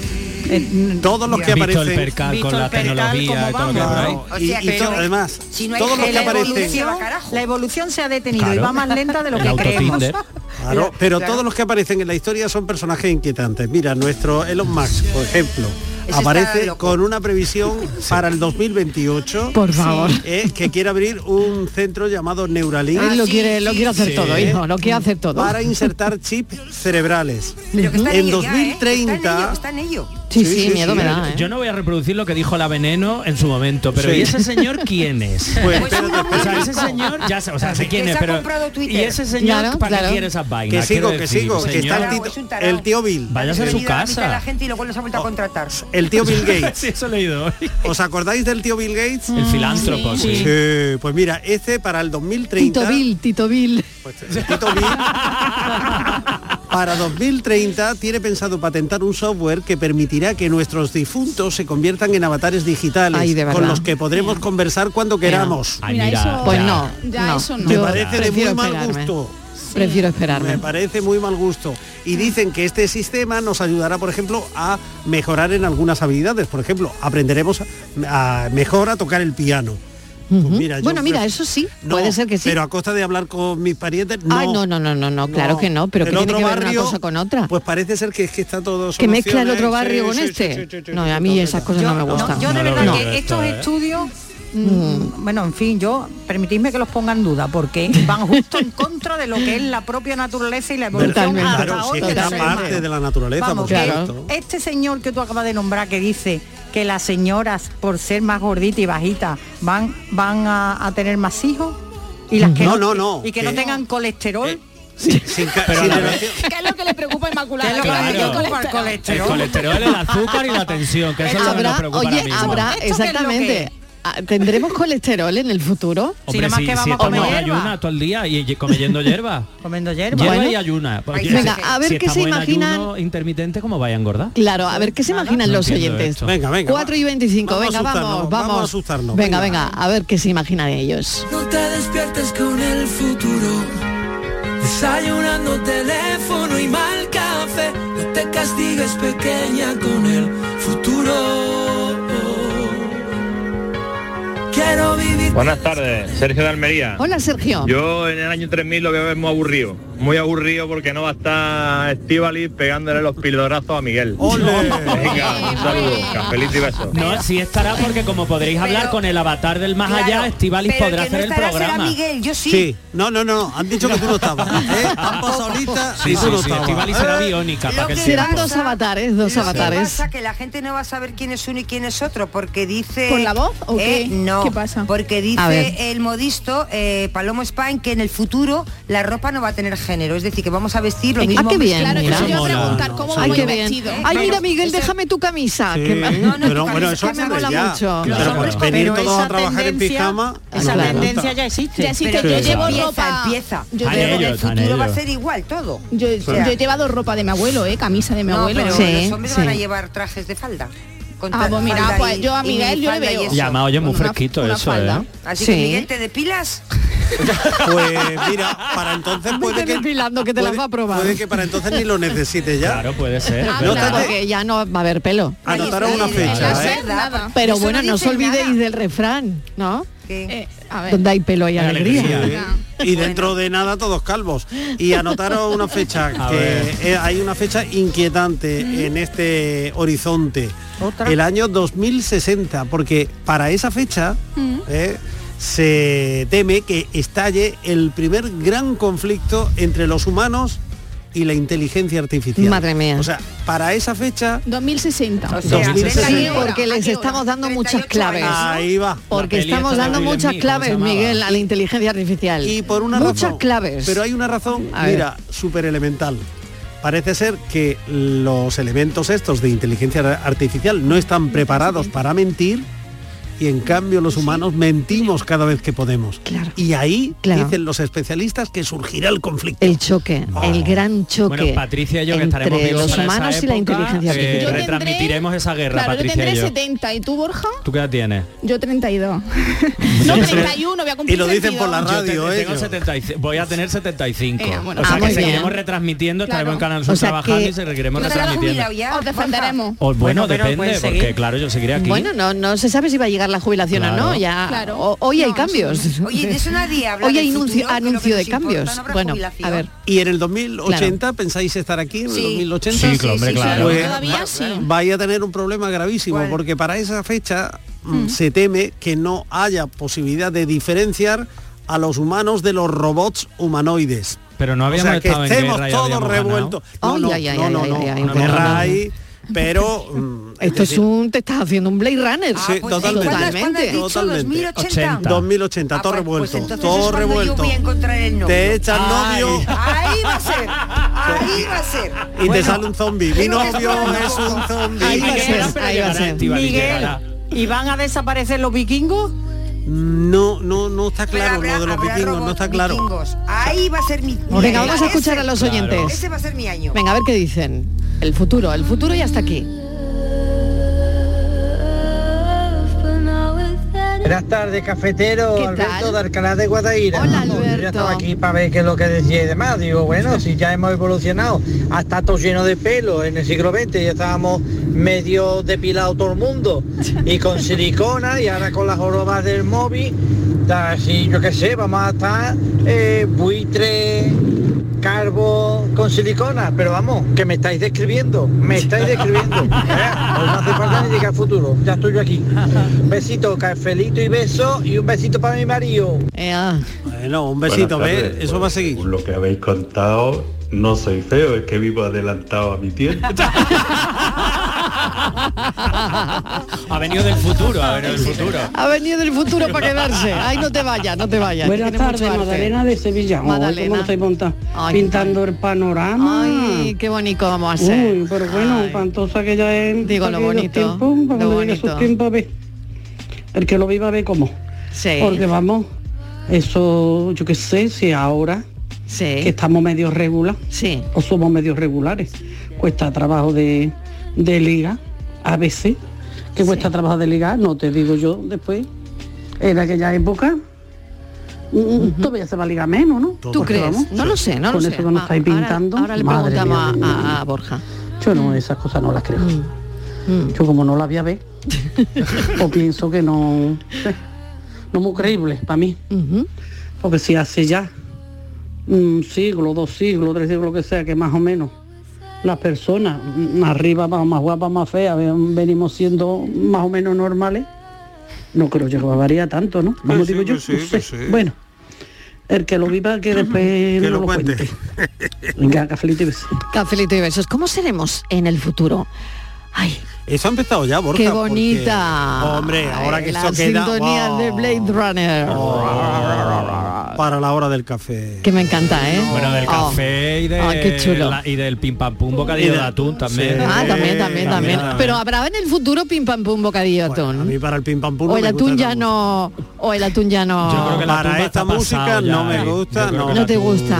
S6: Eh,
S4: Todos los que
S8: Visto el
S4: aparecen.
S8: percal
S6: Visto
S8: con
S6: el
S8: la
S6: percal,
S8: tecnología y todo lo que hay por ahí.
S4: Claro,
S5: O
S4: y,
S5: sea,
S4: y
S5: pero
S4: todo- además,
S5: si no hay
S4: todos los que
S5: gel,
S6: la,
S4: aparecen,
S5: evolución-
S6: evolución, la evolución se ha detenido y
S8: Claro.
S6: va más lenta de lo
S8: El
S6: que creemos.
S8: autotinder.
S4: claro, pero todos los que aparecen en la historia son personajes inquietantes. Mira, nuestro Elon Musk, por ejemplo,
S5: Ese está
S4: aparece
S5: loco.
S4: con una previsión para el 2028
S3: Por favor.
S4: eh, que quiere abrir un centro llamado Neuralink
S3: Él lo
S5: sí,
S3: quiere, lo
S5: sí,
S3: quiere hacer
S8: sí.
S3: todo, hijo, lo quiere hacer todo.
S4: para insertar chips cerebrales.
S5: Pero que está
S4: En
S5: ello ya, ¿eh? Está en ello,
S4: 2030.
S5: Está en ello.
S3: Sí,
S4: Sí,
S3: sí,
S4: sí,
S3: miedo
S4: sí,
S3: me da, ¿eh?
S8: Yo no voy a reproducir lo que dijo la veneno en su momento, pero
S4: Sí.
S8: ¿y ese señor quién es?
S4: Pues
S5: Pues
S4: espérate,
S5: uno muy
S8: O sea, ese
S5: rico.
S8: señor ya sé, o sea, sé quién
S5: Que se
S8: es,
S5: ha
S8: pero
S5: comprado Twitter.
S8: y ese señor
S3: Claro,
S8: para
S3: claro.
S8: qué quiere esas
S4: que
S8: vainas?
S4: sigo,
S8: Quiero
S4: que
S8: decir,
S4: sigo, que
S8: señor,
S4: está el,
S5: Tarao,
S4: tito-
S5: es un tarao.
S4: el tío Bill. Oh,
S8: Váyase a
S5: Se
S8: su
S5: olvida la mitad de
S8: casa.
S5: La gente y luego los ha vuelto a contratar.
S4: El tío Bill Gates.
S8: Sí, eso he leído hoy.
S4: ¿Os acordáis del tío Bill Gates?
S8: El filántropo, sí.
S4: Sí, pues mira, este para el 2030.
S3: Tito Bill, Tito Bill.
S4: pues, Tito Bill, para 2030 tiene pensado patentar un software que permitirá que nuestros difuntos se conviertan en avatares digitales
S3: Ay, de
S4: con
S3: verdad.
S4: los que podremos conversar cuando queramos.
S8: Ay,
S7: Mira,
S8: mira,
S7: eso-
S3: Pues
S8: ya.
S3: no,
S7: Ya,
S3: no.
S7: eso no.
S4: Me
S3: yo
S4: parece de muy
S3: prefiero
S4: mal
S3: esperarme.
S4: gusto.
S3: Prefiero
S4: Me
S3: esperarme.
S4: parece muy mal gusto. Y dicen que este sistema nos ayudará, por ejemplo, a mejorar en algunas habilidades. Por ejemplo, aprenderemos a, a mejor a tocar el piano. Pues mira, yo
S3: Bueno, mira,
S4: pref-
S3: eso sí,
S4: No,
S3: puede ser que sí.
S4: Pero a costa de hablar con mis parientes, no.
S3: Ay, no, no, no, no, no, claro que no, pero
S4: El
S3: que tiene
S4: otro
S3: que ver una
S4: barrio,
S3: cosa con otra.
S4: Pues parece ser que es que está todo
S3: Que mezcla el
S4: soluciones,
S3: otro
S4: sí,
S3: barrio
S4: sí,
S3: con
S4: sí,
S3: este.
S4: sí, sí, sí,
S3: no,
S4: sí,
S3: a
S4: sí,
S3: mí
S4: sí,
S3: esas
S4: sí.
S3: cosas no, me gustan.
S6: yo
S8: No
S6: de
S8: lo
S6: verdad
S8: veo
S6: que estos
S8: esto, ¿eh?
S6: estudios, mm, bueno, en fin, yo permitidme que los ponga en duda porque van justo en contra de lo que es la propia naturaleza y la evolución
S3: Totalmente.
S6: hasta
S4: Claro, si
S6: hoy
S4: es que
S6: del
S4: era
S6: ser
S4: parte
S6: humano.
S4: de la naturaleza,
S6: Vamos,
S4: por
S6: que
S3: claro.
S4: supuesto.
S6: este señor que tú acabas de nombrar que dice que las señoras por ser más gorditas y bajitas van van a, a tener más hijos y las que
S4: No, no, no,
S6: y que,
S4: que-
S6: no tengan colesterol
S4: Eh, Sí, sin ca-
S8: Pero
S4: sin
S8: a la
S4: relación-
S7: ¿Qué es lo que le preocupa a Inmaculada?
S6: ¿Qué es lo
S7: Que
S6: que
S7: le
S8: Claro.
S7: metió el
S6: preocupa el
S7: colesterol.
S8: El colesterol, el azúcar y la tensión, que eso es lo que
S3: Habrá,
S8: nos preocupa
S3: oye,
S8: ahora mismo.
S3: habrá,
S6: ¿Esto qué es lo que
S3: exactamente.
S6: es?
S3: Ah, ¿Tendremos colesterol en el futuro?
S8: Hombre,
S6: Si no
S8: si,
S6: más que
S8: si
S6: vamos a
S8: estamos
S6: comer
S8: en
S6: hierba.
S8: ayuna todo el día y, y comiendo hierba.
S6: comiendo hierba
S8: Hierba
S3: Bueno.
S8: y ayuna. Porque
S3: Venga,
S8: si-
S3: a ver
S8: si
S3: qué se
S8: estamos en
S3: imaginan-
S8: ayuno intermitente, ¿cómo vaya a engordar?
S3: Claro, a ver qué se imaginan
S8: No
S3: los
S8: entiendo
S3: oyentes.
S8: esto.
S4: Venga, venga.
S3: 4 y 25,
S4: Vamos a
S3: venga,
S4: asustarnos,
S3: vamos,
S4: vamos a
S3: vamos.
S4: asustarnos,
S3: Venga,
S4: venga.
S3: venga, a ver qué se imaginan ellos.
S9: No te despiertes con el futuro.
S11: Desayunando teléfono y mal café. No te castigues pequeña con el futuro. Quiero vivir.
S12: Buenas tardes, Sergio de Almería.
S3: Hola Sergio.
S12: Yo en el año 3000 lo que veo es muy aburrido. Muy aburrido porque no va a estar Estivali pegándole los pilorazos a Miguel. Venga, un saludo. Cafelito y besos.
S8: No, sí estará porque como podréis hablar con el avatar del más allá, Estivalis
S5: pero
S8: podrá
S5: el que no
S8: hacer el
S5: estará será
S8: programa.
S5: Miguel, yo sí.
S8: No, no, no, han dicho que tú no estabas.
S4: Han pasado ahorita
S8: Sí,
S4: y
S8: sí,
S4: tú no
S8: sí,
S4: estabas.
S8: Estivali será biónica. para que el
S3: Serán
S8: tiempo-
S3: dos avatares, dos
S5: Lo que
S3: avatares.
S5: pasa que la gente no va a saber quién es uno y quién es otro porque dice
S7: ¿Con la voz o
S5: Eh,
S7: qué?
S5: no
S7: ¿Qué pasa?
S5: porque
S3: A ver.
S5: dice el modisto eh, Palomo Spain que en el futuro la ropa no va a tener género es decir que vamos a vestir lo
S3: Ah,
S5: mismo
S3: qué bien,
S5: Claro,
S3: mira.
S5: yo- yo
S4: Mola,
S5: preguntar
S4: ¿no?
S5: cómo
S4: Sí.
S3: Ay,
S5: voy
S3: qué
S5: yo
S3: bien.
S5: vestido.
S3: Ay,
S5: Pero
S3: mira, Miguel, déjame tu camisa.
S4: Sí,
S3: que me-
S4: pero bueno, eso
S3: que me mola
S4: ya.
S3: mucho.
S4: Pero
S3: Claro.
S4: para
S3: Pero
S4: venir
S3: esa
S4: todos a trabajar en
S3: tendencia-
S4: pijama.
S3: esa
S4: no me
S3: tendencia
S4: gusta.
S6: ya existe.
S7: Ya existe,
S4: Pero
S7: yo
S4: sí.
S7: llevo
S5: empieza,
S7: ropa.
S5: empieza.
S7: Yo llevo,
S8: Están
S5: en el
S8: ellos, están
S5: futuro va a
S8: ellos.
S5: ser igual todo
S7: Ah. yo-
S5: Sí.
S7: yo he llevado ropa de mi abuelo, eh, camisa de mi
S5: no,
S7: abuelo.
S5: pero
S3: Sí,
S5: los hombres van a
S3: sí.
S5: llevar trajes de falda Con
S7: Ah,
S5: tra-
S7: pues mira,
S5: falda
S7: pues yo a
S5: y
S7: Miguel yo le
S5: minifalda y
S7: veo.
S5: eso.
S8: Ya, más oye, muy
S7: Con una-
S8: fresquito
S7: una
S8: eso,
S7: falda.
S8: ¿eh?
S5: así
S3: Sí.
S5: que Miguel te depilas
S4: Pues mira, para entonces puede
S3: Vete
S4: que,
S3: depilando, que te las
S4: puede-
S3: va a probar.
S4: Puede que para entonces ni lo necesite ya.
S8: Claro, puede ser.
S3: Ah, claro,
S4: No obstante-
S3: porque ya no va a haber pelo.
S4: Anotaron una
S7: no
S4: fecha,
S7: sé.
S4: ¿eh?
S7: nada.
S3: Pero bueno, no os olvidéis del refrán, ¿no?
S7: Eh, a ver.
S3: Donde hay pelo hay
S8: Hay
S3: alegría.
S8: alegría.
S4: Sí. ¿eh? Y dentro de nada todos calvos. Y anotaron una fecha,
S8: A ver.
S4: que eh, hay una fecha inquietante en este horizonte. El año 2060, porque para esa fecha eh, se teme que estalle el primer gran conflicto entre los humanos y la inteligencia artificial.
S3: Madre mía.
S4: O sea, para esa fecha
S7: 2060.
S5: O sea,
S4: 2060.
S3: Sí,
S4: ¿A qué
S3: porque les estamos dando
S5: 38
S3: muchas claves.
S5: años.
S4: ahí va.
S3: Porque
S8: La peli
S3: estamos
S8: esta de
S3: dando
S8: Will
S3: muchas
S8: Smith, ¿cómo se
S3: claves,
S8: llamaba?
S3: Miguel, a la inteligencia artificial.
S4: Y por una
S3: Muchas
S4: razón.
S3: claves.
S4: Pero hay una razón,
S3: A ver.
S4: mira, súper elemental. Parece ser que los elementos estos de inteligencia ar- artificial no están preparados para mentir y en cambio los humanos mentimos cada vez que podemos.
S3: Claro.
S4: Y ahí
S3: Claro.
S4: dicen los especialistas que surgirá el conflicto.
S3: El choque,
S4: Ah.
S3: el gran choque
S8: Bueno, Patricia y yo que
S3: entre
S8: estaremos vivos
S3: los
S8: para esa
S3: humanos y la
S8: época,
S3: inteligencia
S8: eh,
S3: artificial.
S7: Yo tendré-
S8: retransmitiremos esa guerra,
S7: Claro, yo
S8: Patricia
S7: tendré
S8: y yo.
S7: 70 y tú, Borja,
S8: ¿Tú qué edad tienes?
S7: yo 32. no, 31, voy a cumplir
S4: Y lo dicen por la
S7: 32.
S4: radio,
S8: Yo te- tengo
S4: ellos.
S8: 75, voy a tener 75.
S7: Eh, bueno,
S8: o sea
S3: ah,
S8: que
S3: muy bien.
S8: seguiremos retransmitiendo, estaremos en
S7: Claro.
S8: Canal Sur
S3: O sea
S8: trabajando
S3: que-
S8: y seguiremos
S5: ¿Tú estarás
S8: retransmitiendo.
S5: jubilado ya?
S7: Os defenderemos.
S8: O,
S4: Oh,
S8: bueno,
S6: Bueno, pero
S8: depende,
S6: puedes seguir.
S8: porque claro, yo seguiré aquí.
S3: Bueno, no, no se sabe si va a llegar la jubilación o no.
S8: Claro.
S3: Ya,
S7: Claro.
S3: o- hoy hay
S7: No,
S3: cambios.
S5: Borja? Oye, de eso nadie habla.
S3: hoy
S5: del
S3: hay anuncio,
S5: futuro, que lo que nos
S3: anuncio de
S5: importa,
S3: cambios.
S5: no habrá
S3: bueno,
S5: jubilación.
S3: a ver.
S4: Y en el 2080 pensáis estar aquí, en el
S5: Sí.
S4: 2080.
S8: Sí, claro, hombre,
S5: sí, sí,
S8: claro.
S4: Pues,
S7: Todavía sí.
S4: vaya a tener un problema gravísimo
S5: ¿Cuál?
S4: porque para esa fecha mm, se teme que no haya posibilidad de diferenciar a los humanos de los robots humanoides.
S8: Pero no
S4: O
S8: habíamos
S4: sea, que
S8: estado en
S4: estemos
S8: guerra y
S4: todos
S8: habíamos
S4: revueltos. No,
S3: Ay,
S4: no,
S3: ay, ay,
S4: no,
S3: ay,
S4: no,
S3: ay,
S4: no,
S3: ay, ay,
S4: no,
S3: perdón.
S4: guerra hay, pero mm,
S3: Esto es un... Te estás haciendo un Blade Runner. Ah,
S4: Sí,
S5: pues,
S4: totalmente.
S5: ¿cuándo has- cuándo has dicho?
S4: Totalmente.
S5: 2080.
S4: 2080,
S5: Ah,
S4: todo
S5: pues, pues
S4: revuelto,
S5: entonces es
S4: todo
S5: cuando yo
S4: revuelto.
S5: voy a encontrar el novio.
S4: Te echan
S8: Ay.
S4: novio
S5: Ahí va a ser. Ahí va a ser.
S4: y te
S5: Bueno,
S4: sale un zombie. Mi
S5: creo que
S4: novio
S5: está
S4: es un zombie.
S3: Ahí
S8: Hay
S3: va a
S8: que
S3: ser,
S8: esperar, pero
S3: ahí va a
S8: llegará,
S3: ser.
S8: Estíbaliz,
S6: Miguel,
S8: llegará.
S6: ¿y van a desaparecer los vikingos?
S4: No, no, no está
S5: pero
S4: claro
S5: habrá-
S4: lo de los
S5: habrá
S4: vikingos, no
S5: robots
S4: está claro.
S5: vikingos. Ahí va a ser mi. mi
S3: Venga,
S5: año.
S3: vamos a escuchar a
S5: Ese-
S3: los
S8: Claro.
S3: oyentes.
S5: Ese va a ser mi año.
S3: Venga, a ver qué dicen. El futuro, el futuro ya está aquí.
S13: Buenas tardes, cafetero.
S3: ¿Qué
S13: Alberto
S3: tal?
S13: de Alcalá de Guadaira.
S3: Hola,
S13: Vamos, Yo
S3: Alberto.
S13: ya estaba aquí para ver qué es lo que decía y demás. Digo, bueno, si ya hemos evolucionado hasta todo lleno de pelo en el siglo XX, ya estábamos medio depilado todo el mundo y con silicona y ahora con las jorobas del móvil. Así, yo qué sé, vamos a estar eh, buitre, carbo con silicona, pero vamos, que me estáis describiendo, me estáis describiendo. ¿eh? Pues no hace falta ni llegar al futuro, ya estoy yo aquí. Besito, cafelito y beso y un besito para mi marido.
S3: Eh, ah.
S4: Bueno, un besito,
S14: Buenas
S4: ¿ves?
S14: tardes.
S4: Eso va a seguir.
S14: Según lo que habéis contado, no soy feo, es que vivo adelantado a mi tiempo.
S8: Ha venido del futuro, ha venido del futuro.
S3: Ha venido del futuro para quedarse. Ay, no te vayas, no te vayas.
S15: Buenas
S3: Tiene mucho
S15: tardes,
S3: arte.
S15: Magdalena de Sevilla. Oh,
S3: Magdalena.
S15: ¿Cómo lo estoy monta-
S3: Ay,
S15: Pintando el panorama.
S3: Ay, qué bonito vamos a ser.
S15: Uy, pero bueno,
S3: Ay.
S15: pantosa que ya es.
S3: Digo, lo
S15: aquellos
S3: bonito,
S15: tiempos,
S3: lo
S15: cuando llegue
S3: bonito.
S15: esos tiempos, a ver. El que lo viva ve cómo.
S3: Sí,
S15: Porque vamos, eso, yo qué sé, si ahora que
S3: sí,
S15: estamos medio regular
S3: sí.
S15: o somos medios regulares. Cuesta trabajo de, de liga, a veces, que cuesta trabajo de liga, no te digo yo después. Era aquella época
S16: mm, todavía se va a ligar menos, ¿no?
S3: ¿Tú crees? No lo sé, no lo
S16: Con
S3: sé.
S16: eso que nos
S3: Ah,
S16: estáis
S3: ahora-
S16: pintando.
S3: ahora le
S16: madre
S3: preguntamos
S16: mía,
S3: a-
S16: mía,
S3: a-
S16: mía.
S3: a Borja. Mm.
S16: Yo no, esas cosas no las creo. Yo como no las voy a ver, o pienso que no, sé, no muy creíble para mí. Porque si hace ya un siglo, dos siglos, tres siglos, lo que sea, que más o menos las personas mm, arriba más, más guapas, más feas, ven- venimos siendo más o menos normales, no creo yo que varía tanto, ¿no? Como
S4: sí,
S16: digo yo,
S4: pues sí,
S16: no sé.
S4: pues sí.
S16: Bueno, el que lo viva que después no
S4: lo
S16: lo cuente. Venga, cafelito y beso.
S3: Cafelito y besos. ¿Cómo seremos en el futuro?
S4: Eso ha empezado ya, Borja.
S3: ¡Qué
S4: porque-
S3: bonita!
S4: hombre, ahora que
S3: La
S4: eso queda...
S3: sintonía
S4: ¡guau!
S3: de Blade Runner.
S4: Oh, Para la hora del café.
S3: Que me encanta, ¿eh?
S8: Bueno, del
S3: Oh.
S8: café y, de
S3: Ah, qué chulo.
S8: la- y del pim pam pum bocadillo
S4: Y de-
S8: de atún también.
S4: Sí.
S3: Ah, también, también, también. Pero habrá en el futuro pim pam pum bocadillo de atún.
S4: Y para el pim pam pum.
S3: o
S4: no
S3: el
S4: me gusta
S3: atún ya no. O el atún ya no.
S4: Yo creo que el Para atún va- esta está música pasado ya, no me ¿eh? gusta, Yo creo no. que el
S3: No te gusta.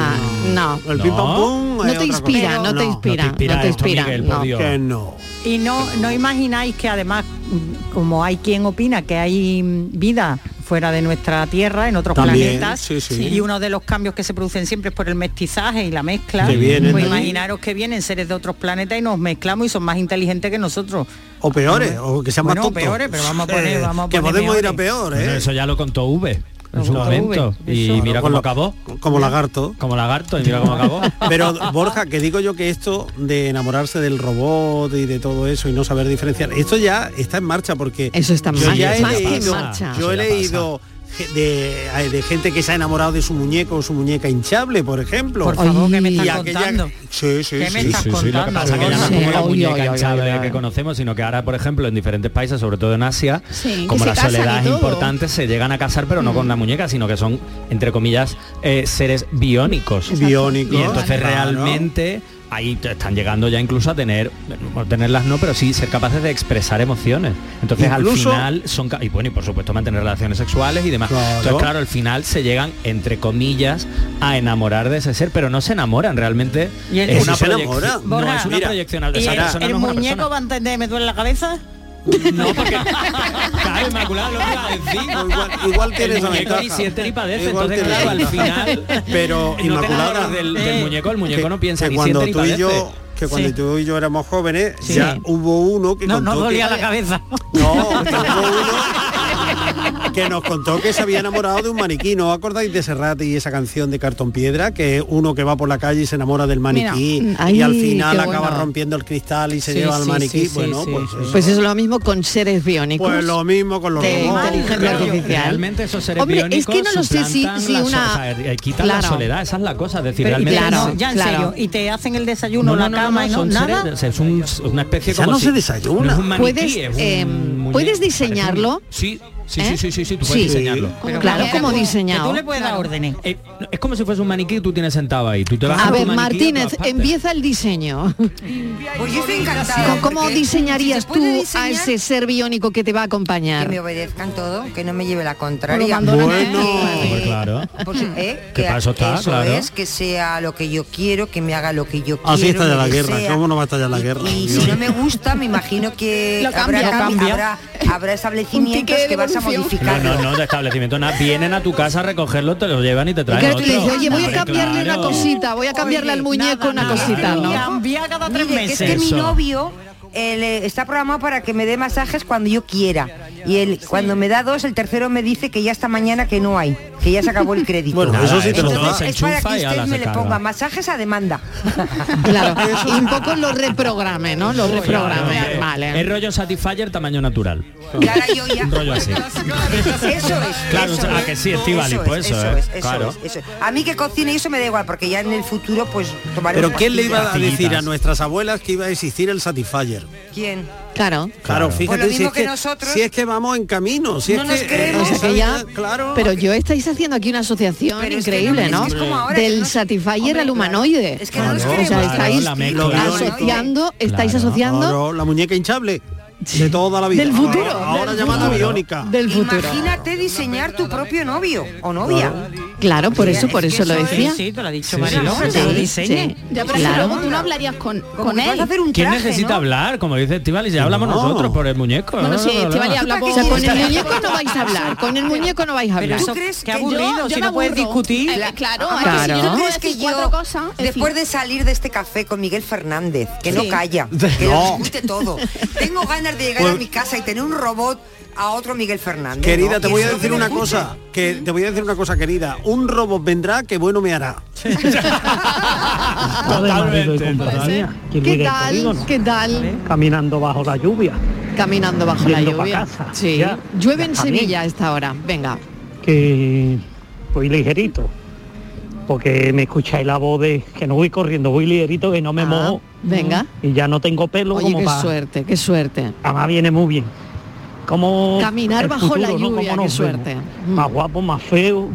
S3: No.
S4: El pim pam pum
S3: No
S4: es
S3: te
S4: otra
S3: inspira,
S4: cosa.
S3: no te inspira, no te inspira. no.
S4: Que no.
S6: Y no, no imagináis que además, mm, como hay quien opina que hay mm, vida fuera de nuestra Tierra, en otros
S4: También,
S6: planetas,
S4: sí, sí.
S6: y uno de los cambios que se producen siempre es por el mestizaje y la mezcla,
S4: Que vienen
S6: pues
S4: de allí.
S6: imaginaros que vienen seres de otros planetas y nos mezclamos y son más inteligentes que nosotros.
S4: O peores, o que sean más
S6: Bueno,
S4: tontos.
S6: peores, pero vamos a poner-
S4: Eh,
S6: vamos a
S4: Que
S6: poner
S4: podemos ir a
S6: peores.
S4: peor,
S8: Bueno,
S4: ¿eh?
S8: eso ya lo contó V en su
S4: contó
S8: momento.
S4: V,
S8: Y
S4: eso.
S8: mira
S4: Con
S8: cómo
S4: lo-
S8: acabó.
S4: Como lagarto.
S8: Como lagarto, y mira cómo acabó.
S4: Pero Borja, que digo yo que esto de enamorarse del robot y de todo eso y no saber diferenciar, esto ya está en marcha porque
S3: eso está en
S4: yo
S3: marcha,
S4: ya he
S3: más que en
S4: leído-
S3: marcha.
S4: yo he
S3: Eso ya
S4: leído ge- de, de gente que se ha enamorado de su muñeco o su muñeca hinchable, por ejemplo.
S6: Por favor, ¿qué me estás
S4: Y aquella-
S6: contando?
S4: Sí, sí,
S6: ¿Qué me
S4: sí.
S6: estás
S8: Sí, sí, lo que
S6: contando,
S8: pasa es que ya no es
S6: Borja?
S8: como la
S6: Sí,
S8: muñeca
S6: oy, oy, oy,
S8: hinchable
S6: oy, oy.
S8: que conocemos, sino que ahora, por ejemplo, en diferentes países, sobre todo en Asia,
S6: Sí,
S8: como
S6: que
S8: la
S6: se casan y
S8: soledad es
S6: todo. Mm.
S8: importante, se llegan a casar, pero no con la muñeca, sino que son, entre comillas, eh, seres biónicos.
S4: Biónicos,
S8: Y entonces
S4: claro.
S8: realmente ahí te están llegando ya incluso a tener, bueno, tenerlas no, pero sí ser capaces de expresar emociones. Entonces
S4: Incluso-
S8: al final son, ca- y bueno, y por supuesto mantener relaciones sexuales y demás.
S4: Claro.
S8: Entonces claro, al final se llegan, entre comillas, a enamorar de ese ser, pero no se enamoran realmente.
S6: Y el-
S4: Eh,
S8: es
S6: Eso
S8: una
S6: se
S8: proyec-
S6: enamora.
S8: No
S6: Borja,
S8: es una
S6: mira,
S8: proyección al
S6: ¿Y
S8: esa
S6: el,
S8: persona
S6: el
S8: no es una persona.
S6: muñeco va a entender me duele la cabeza?
S8: Claro, Inmaculada, lo que iba a decir.
S4: Igual, igual tienes
S8: el
S4: esa
S8: muñeco ni
S4: ventaja.
S8: siente ni padece,
S4: Igual
S8: entonces
S4: tienes
S8: claro, al
S4: esa ventaja.
S8: final
S4: pero
S8: no te
S4: inmaculada
S8: enamoras del, del muñeco, el muñeco
S4: que-
S8: no piensa
S4: que
S8: ni
S4: cuando
S8: siente ni
S4: tú y
S8: padece.
S4: yo que cuando
S8: Sí.
S4: tú y yo éramos jóvenes
S8: Sí.
S4: ya hubo uno que
S8: No,
S4: contó
S8: no dolía
S4: que,
S8: la cabeza.
S4: que nos contó que se había enamorado de un maniquí no os acordáis de Serrat y esa canción de cartón piedra que es uno que va por la calle y se enamora del maniquí
S3: Mira,
S4: y
S3: ay,
S4: al final
S3: qué
S4: acaba
S3: bueno.
S4: rompiendo el cristal y se
S3: Sí,
S4: lleva al
S3: sí,
S4: maniquí
S3: sí, sí,
S4: bueno
S3: sí,
S4: pues,
S3: sí.
S4: eso.
S3: Pues es lo mismo con seres biónicos.
S4: Pues lo mismo con los
S3: de
S4: robots.
S3: inteligencia
S4: Pero
S3: artificial.
S8: Realmente esos seres
S3: Hombre, es
S8: biónicos
S3: que no lo sé si,
S8: suplantan
S3: si
S8: la so- o
S3: una...
S8: sea, eh, quitan la
S3: Claro.
S8: soledad, esa es la cosa, es decir,
S6: Pero- y te-
S8: realmente
S6: no, ya en serio, y te hacen el desayuno,
S8: No, no,
S6: la
S8: no,
S6: cama
S8: no,
S6: y no,
S8: son
S6: nada.
S8: seres- o sea, es un- una especie
S4: Ya
S8: como
S4: no
S8: si-
S4: se desayuna.
S8: no es un maniquí,
S3: Puedes,
S8: es un
S3: eh,
S8: muñeco,
S3: puedes
S8: parece un-
S3: diseñarlo.
S8: Sí, sí,
S3: ¿Eh?
S8: sí, sí, sí, sí, tú puedes
S3: Sí.
S8: diseñarlo.
S3: Pero claro, como diseñado.
S6: órdenes.
S8: Eh, es como si fuese un maniquí que tú tienes sentado ahí. Tú te vas
S3: A
S8: tu
S3: ver,
S8: maniquí
S3: Martínez,
S8: todas partes.
S3: empieza el diseño.
S5: Pues yo estoy encantada.
S3: ¿Cómo- ¿Cómo
S5: porque
S3: diseñarías
S5: si se puede
S3: tú a
S5: diseñar,
S3: ese ser biónico que te va a
S5: Que
S3: acompañar?
S5: me obedezcan todo, que no me lleve la contraria.
S8: Pues claro.
S3: Hmm.
S5: Pues, ¿eh?
S8: Que
S5: Que
S8: para eso está,
S5: eso
S8: claro.
S5: es que sea lo que yo quiero, que me haga lo que yo quiero.
S4: así Ah, está ya
S5: me
S4: la guerra
S5: desea.
S4: cómo no va a estallar la guerra
S5: Y
S4: Dios
S5: si no me gusta, me imagino que
S3: Lo cambia,
S5: habrá,
S3: lo
S5: cambi-
S3: cambia.
S5: habrá, habrá establecimientos que vas a
S8: No,
S5: modificar.
S8: no, no, de establecimiento nada. Vienen a tu casa a recogerlo, te lo llevan y te
S3: Y
S8: traen
S3: claro,
S8: otro.
S3: tú le dices, oye, voy a
S8: Hombre,
S3: cambiarle
S8: claro.
S3: una cosita, voy a cambiarle al muñeco una cosita, ¿no?
S6: Cambia cada tres
S5: Mire, que
S6: meses.
S5: es que mi
S8: Eso.
S5: novio eh, le- está programado para que me dé masajes cuando yo quiera. Y él, cuando me da dos, el tercero me dice que ya hasta mañana que no hay, que ya se acabó el crédito.
S4: Bueno, Nada, eso sí te lo
S5: Entonces,
S4: da.
S5: Es para que
S4: Enchufa y ala,
S5: usted
S4: se
S5: me le
S4: carga.
S5: ponga masajes a demanda.
S3: Claro, y un poco lo reprograme, ¿no? Lo reprograme,
S8: Hombre, Es
S3: vale.
S8: rollo Satisfyer tamaño natural. Un rollo así.
S5: Eso es.
S8: Claro,
S5: eso
S8: o sea,
S5: es.
S8: que sí, Estivali, pues eso,
S5: es,
S8: eh, claro.
S5: es, eso es. A mí que cocine eso me da igual, porque ya en el futuro pues tomaré
S4: pero
S5: una
S4: quién le iba a
S5: pastilla.
S4: decir a nuestras abuelas que iba a existir el satisfyer
S5: ¿Quién?
S3: Claro.
S4: Claro, fíjate
S5: Pues lo
S4: si,
S5: mismo
S4: es
S5: que
S4: que,
S5: nosotros.
S4: si es que vamos en camino, si
S5: No
S4: es
S5: nos
S4: que
S5: creemos.
S4: eh,
S3: O sea que ya-
S4: claro.
S3: Pero yo estáis haciendo aquí una asociación
S5: Pero es que
S3: increíble,
S5: no,
S3: ¿no?
S5: es que es como ahora, que
S3: Del
S5: no-
S3: Satisfyer al humanoide.
S4: Ah,
S5: Es que no nos
S3: o sea,
S5: creemos.
S3: estáis
S8: la mezcla.
S3: asociando, estáis asociando
S4: Claro, la muñeca hinchable. de toda la vida.
S3: Del futuro.
S4: Ahora
S3: del
S4: llamada
S3: futuro,
S4: biónica.
S3: Del futuro.
S5: Imagínate diseñar tu propio novio o novia.
S3: Claro, por eso, por eso lo
S5: eso es-
S3: decía.
S5: sí, te lo ha dicho
S3: Sí,
S5: Mariló,
S3: sí,
S5: que te lo
S3: sí,
S5: diseñe.
S3: sí.
S7: Ya, pero es que
S3: Claro.
S7: luego tú no hablarías con, con
S5: que
S7: él.
S5: vas a hacer un
S8: ¿Quién necesita hablar? Como dice Estivalis, ya hablamos
S3: No.
S8: nosotros por el muñeco.
S3: Bueno,
S8: ¿no?
S3: sí,
S8: No, no, no.
S3: Estivali habla por- O sea, con el muñeco no vais a hablar, con el muñeco no vais a hablar.
S5: ¿Tú crees que yo- yo me aburro. Eh,
S7: claro,
S3: es
S5: ¿Tú crees
S3: que si yo te puedo
S5: que
S7: decir
S5: yo,
S7: cuatro cosas, en
S5: después
S7: fin.
S5: de salir de este café con Miguel Fernández, que
S7: Sí.
S5: no calla, que
S4: No.
S5: lo discute todo, tengo ganas de llegar
S4: Pues-
S5: a mi casa y tener un robot a otro Miguel Fernández.
S4: Querida,
S5: ¿no?
S4: te
S5: Y
S4: voy a
S5: eso es lo
S4: decir
S5: que
S4: una
S5: me
S4: cosa, que te voy a decir una cosa, querida. Un robot vendrá que bueno me hará.
S3: Totalmente. ¿Qué
S16: Que llega el
S3: tal?
S16: polígono.
S3: ¿Qué tal?
S16: Caminando bajo la lluvia.
S3: Caminando bajo la
S16: Yendo pa'
S3: lluvia.
S16: casa,
S3: Sí.
S16: ya.
S3: Llueve en
S16: Ya también.
S3: Sevilla a esta hora. Venga.
S16: que voy ligerito, porque me escucháis la voz de que no voy corriendo, voy ligerito, que no me mojo.
S3: Ah, venga.
S16: Y ya no tengo pelo
S3: Oye,
S16: como
S3: qué
S16: pa-
S3: suerte, qué suerte.
S16: Además viene muy bien. Como
S3: Caminar
S16: el
S3: bajo la
S16: futuro, ¿no?
S3: lluvia,
S16: Cómo
S3: qué
S16: nos vemos.
S3: suerte.
S16: Más guapo, más feo.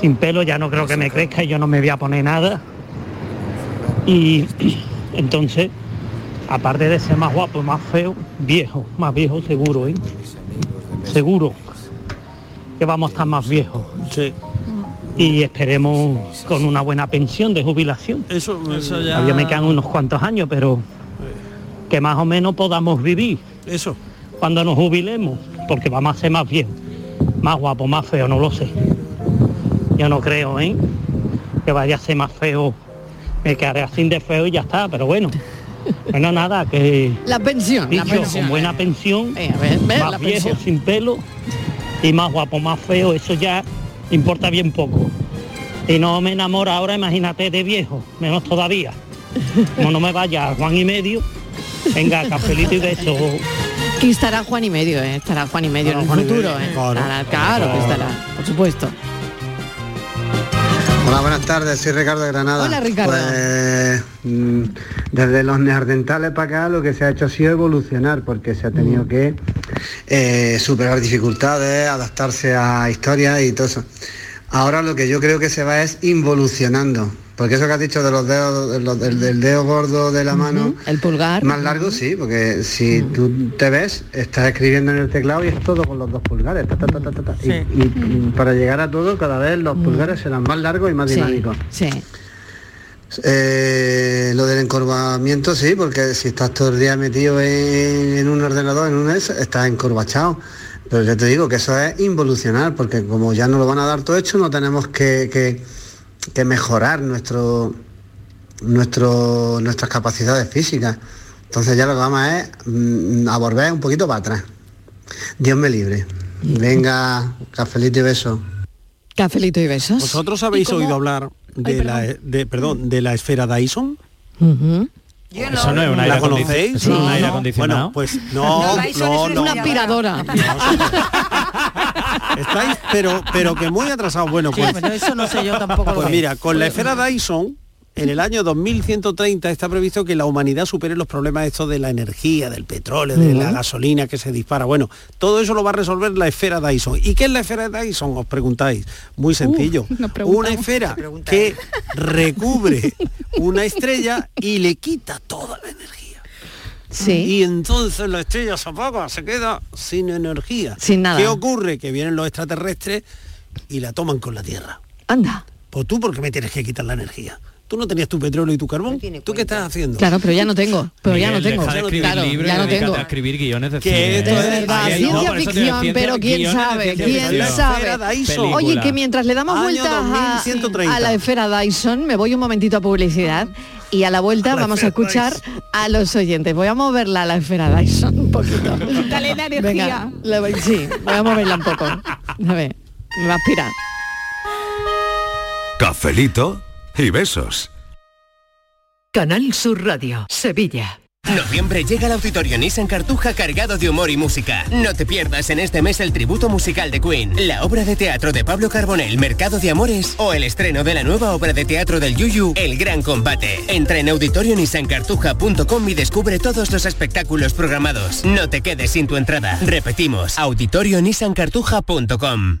S16: Sin pelo ya no creo que me crezca y yo no me voy a poner nada. Y entonces, aparte de ser más guapo, más feo, viejo, más viejo seguro, ¿eh? Seguro que vamos a estar más viejos. Y esperemos con una buena pensión de jubilación.
S4: Eso, eso Eh.
S16: Todavía me quedan unos cuantos años, pero que más o menos podamos vivir.
S4: Eso.
S16: Cuando nos jubilemos, porque vamos a ser más viejos, más guapos, más feos, no lo sé. Yo no creo, ¿eh? Que vaya a ser más feo. Me quedaré así de feo y ya está, pero bueno. Bueno, nada, que...
S3: La pensión, la
S16: Dicho,
S3: pensión. eh.
S16: con buena pensión,
S3: ver, ve la
S16: más viejo,
S3: pensión.
S16: sin pelo y más guapo, más feo, eso ya importa bien poco. Si no me enamora ahora, imagínate de viejo, menos todavía. Como no me vaya a Juan y medio, venga, cafelito y beso.
S3: Que estará Juan y medio, ¿eh? Estará Juan y medio en
S16: Estará
S3: el
S16: Juan y medio,
S3: futuro, ¿eh?
S17: claro.
S3: Estará- claro que estará, por supuesto.
S17: Hola, buenas tardes, soy Ricardo de Granada.
S3: Hola, Ricardo.
S17: Pues, mm, desde los neandertales para acá lo que se ha hecho ha sido evolucionar porque se ha tenido
S3: Mm.
S17: que eh, superar dificultades, adaptarse a historias y todo eso. Ahora lo que yo creo que se va es involucionando. Porque eso que has dicho de los dedos, de los- del, del dedo gordo de la mano.
S3: El pulgar.
S17: Más largo, sí, porque si tú te ves, estás escribiendo en el teclado y es todo con los dos pulgares. ta, ta, ta, ta, ta, ta. Y- Y, para llegar a todo, cada vez los pulgares serán más largos y más
S3: Sí,
S17: dinámicos.
S3: Sí.
S17: Eh, lo del encorvamiento sí, porque si estás todo el día metido en, en un ordenador, en un es, estás encorvachado. Pero yo te digo que eso es involucionar, porque como ya no lo van a dar todo hecho, no tenemos que, que- que mejorar nuestro, nuestro, nuestras capacidades físicas. Entonces ya lo que vamos es mm, a volver un poquito para atrás. Dios me libre.
S3: Mm.
S17: Venga, cafelito y beso.
S3: Cafelito y besos.
S4: ¿Vosotros habéis oído hablar de la de, perdón, de la esfera Dyson?
S3: Ujú.
S8: Eso no es un aire
S4: ¿La
S8: acondi-
S4: conocéis?
S8: eso no es un
S4: No.
S8: aire acondicionado.
S4: Bueno, pues
S3: No,
S4: no, no, no,
S3: Una aspiradora.
S4: Estáis, pero, pero que muy atrasados. Bueno,
S13: Sí,
S4: pues.
S13: pero eso no sé yo tampoco lo
S4: Pues
S13: sé.
S4: mira, con la
S13: Pues-
S4: esfera Dyson, en el año 2130 está previsto que la humanidad supere los problemas estos de la energía, del petróleo, de
S18: Ujú.
S4: la gasolina que se dispara. Bueno, todo eso lo va a resolver la esfera Dyson. ¿Y qué es la esfera Dyson? Os preguntáis. Muy sencillo. Una esfera que recubre una estrella y le quita toda la energía. Y entonces la estrella se apaga, se queda sin energía.
S3: Sin nada.
S4: ¿Qué ocurre? Que vienen los extraterrestres y la toman con la Tierra.
S3: Anda.
S4: Pues tú, ¿por qué me tienes que quitar la energía? Tú no tenías tu petróleo y tu carbón. ¿Tú qué estás haciendo?
S3: Claro, pero ya no tengo. Pero ya no
S8: Miguel,
S3: tengo.
S8: deja de escribir
S3: Claro,
S8: libros
S3: ya
S8: y
S3: no
S8: dedícate
S3: tengo.
S8: a escribir guiones de
S4: Que
S8: cine.
S4: esto es De verdad,
S8: Ahí hay-
S3: ciencia
S8: por eso te digo,
S3: ficción, pero quién
S8: guiones de
S3: sabe,
S8: ciencia
S3: quién
S8: ficción.
S3: sabe. Oye, que mientras le damos
S4: Año
S3: vueltas a-
S4: 2130.
S3: a, la esfera Dyson, me voy un momentito a publicidad y a la vuelta vamos a escuchar a los oyentes. Voy a moverla a la esfera Dyson un poquito.
S7: Dale la energía.
S3: Venga, la voy- sí, voy a moverla un poco. A ver, me va a aspirar.
S14: Cafelito y besos.
S19: Canal Sur Radio, Sevilla.
S20: Noviembre llega al Auditorio Nissan Cartuja cargado de humor y música. No te pierdas en este mes el tributo musical de Queen, la obra de teatro de Pablo Carbonell, Mercado de Amores, o el estreno de la nueva obra de teatro del Yuyu, El Gran Combate. Entra en auditorionissancartuja.com y descubre todos los espectáculos programados. No te quedes sin tu entrada. Repetimos, auditorionissancartuja.com.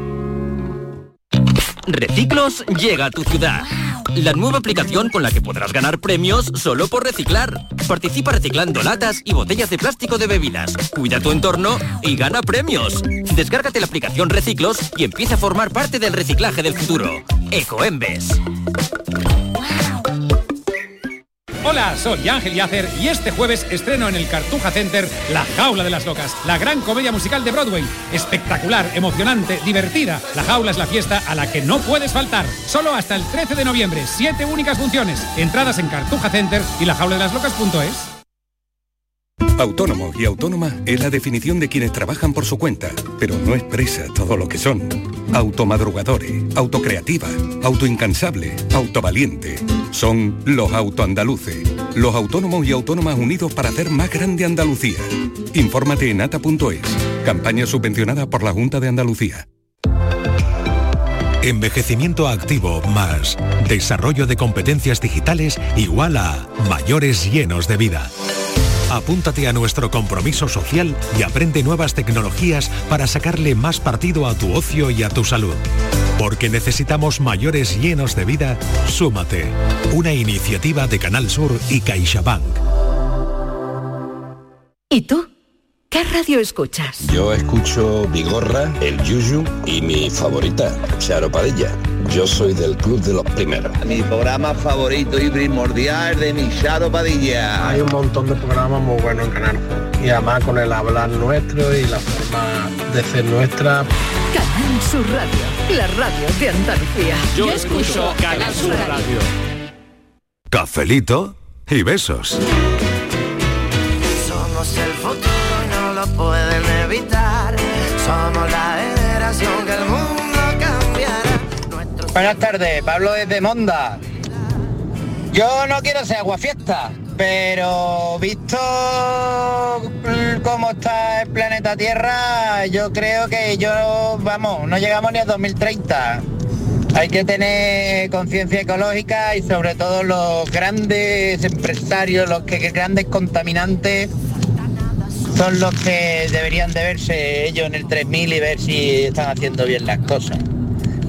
S21: Reciclos llega a tu ciudad. La nueva aplicación con la que podrás ganar premios solo por reciclar. Participa reciclando latas y botellas de plástico de bebidas. Cuida tu entorno y gana premios. Descárgate la aplicación Reciclos y empieza a formar parte del reciclaje del futuro. Ecoembes.
S18: Hola, soy Ángel Yacer y este jueves estreno en el Cartuja Center La Jaula de las Locas, la gran comedia musical de Broadway. Espectacular, emocionante, divertida. La Jaula es la fiesta a la que no puedes faltar. Solo hasta el 13 de noviembre, siete únicas funciones. Entradas en Cartuja Center y lajauladelaslocas.es.
S11: Autónomo y autónoma es la definición de quienes trabajan por su cuenta, pero no expresa todo lo que son. Automadrugadores, autocreativa, autoincansable, autovaliente. Son los autoandaluces, los autónomos y autónomas unidos para hacer más grande Andalucía. Infórmate en ata.es, campaña subvencionada por la Junta de Andalucía.
S14: Envejecimiento activo más desarrollo de competencias digitales igual a mayores llenos de vida. Apúntate a nuestro compromiso social y aprende nuevas tecnologías para sacarle más partido a tu ocio y a tu salud. Porque necesitamos mayores llenos de vida, súmate. Una iniciativa de Canal Sur y CaixaBank.
S22: ¿Y tú? ¿Qué radio escuchas?
S23: Yo escucho Vigorra, El Yuyu y mi favorita, Charo Padilla. Yo soy del club de los primeros.
S24: Mi programa favorito y primordial de mi Charo Padilla.
S25: Hay un montón de programas muy buenos en Canal Sur. Y además con el hablar nuestro y la forma de ser nuestra.
S22: Canal Sur Radio, la radio de Andalucía.
S9: Yo escucho Canal Sur
S22: Radio.
S11: Cafelito y besos.
S9: Somos el futuro y no lo pueden evitar. Somos la generación que el mundo cambiará.
S26: Buenas tardes, Pablo desde Monda. Yo no quiero ser aguafiesta, pero visto mm, cómo está el planeta Tierra, yo creo que yo, vamos, no llegamos ni a 2030. Hay que tener conciencia ecológica y sobre todo los grandes empresarios, los que, que grandes contaminantes son los que deberían de verse ellos en el 3000 y ver si están haciendo bien las cosas.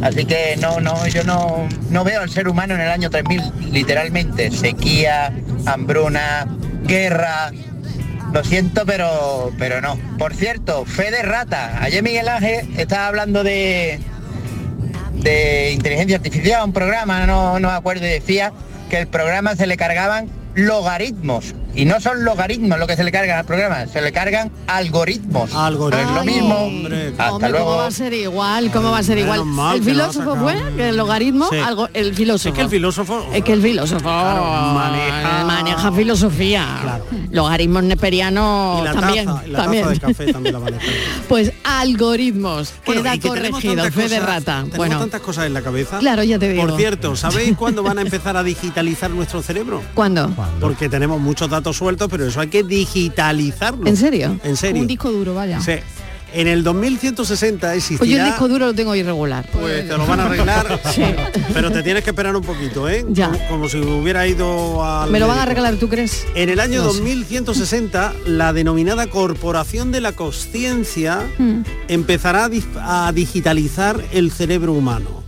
S26: Así que no, no, yo no, no veo al ser humano en el año 3000, literalmente. Sequía, hambruna, guerra. Lo siento, pero, pero no. Por cierto, fe de rata. Ayer Miguel Ángel estaba hablando de, de inteligencia artificial, un programa, no, no me acuerdo, y decía que el programa se le cargaban logaritmos. Y no son logaritmos lo que se le cargan al programa, se le cargan algoritmos. Algoritmos. Es lo mismo. Hasta
S3: Hombre, ¿cómo
S26: luego.
S3: va a ser igual? ¿Cómo va a ser igual?
S26: menos mal
S3: ¿El
S26: que lo ha
S3: filósofo
S26: sacado.
S3: fue? ¿Que ¿El logaritmo?
S26: Sí.
S3: Algo, el filósofo.
S26: Es que el
S4: filósofo-
S3: Es que el filósofo eh, maneja... filosofía. Logaritmos neperianos
S4: Y la
S3: también.
S4: taza, y la
S3: también.
S4: taza de café también la vale.
S3: Pues algoritmos. queda
S4: y que tenemos
S3: corregido.
S4: tantas
S3: Fe de
S4: cosas-
S3: rata.
S4: tenemos
S3: Bueno,
S4: tantas cosas en la cabeza.
S3: Claro, ya te digo.
S4: Por cierto, ¿sabéis cuándo van a empezar a digitalizar nuestro cerebro?
S3: ¿cuándo?
S4: Porque tenemos muchos datos sueltos, pero eso hay que digitalizarlo.
S3: ¿En serio?
S4: En serio.
S7: Un disco duro, vaya.
S4: Sí. En el 2160
S3: Pues yo el
S4: existirá...
S3: disco duro lo tengo irregular.
S4: Pues te lo van a arreglar, pero te tienes que esperar un poquito, ¿eh?
S3: Ya.
S4: Como, como si hubiera ido a...
S3: ¿Me lo van a arreglar, tú crees?
S4: En el año
S3: No sé.
S4: 2160, la denominada Corporación de la Consciencia
S3: Hmm.
S7: Mm.
S4: empezará a, dis- a digitalizar el cerebro humano.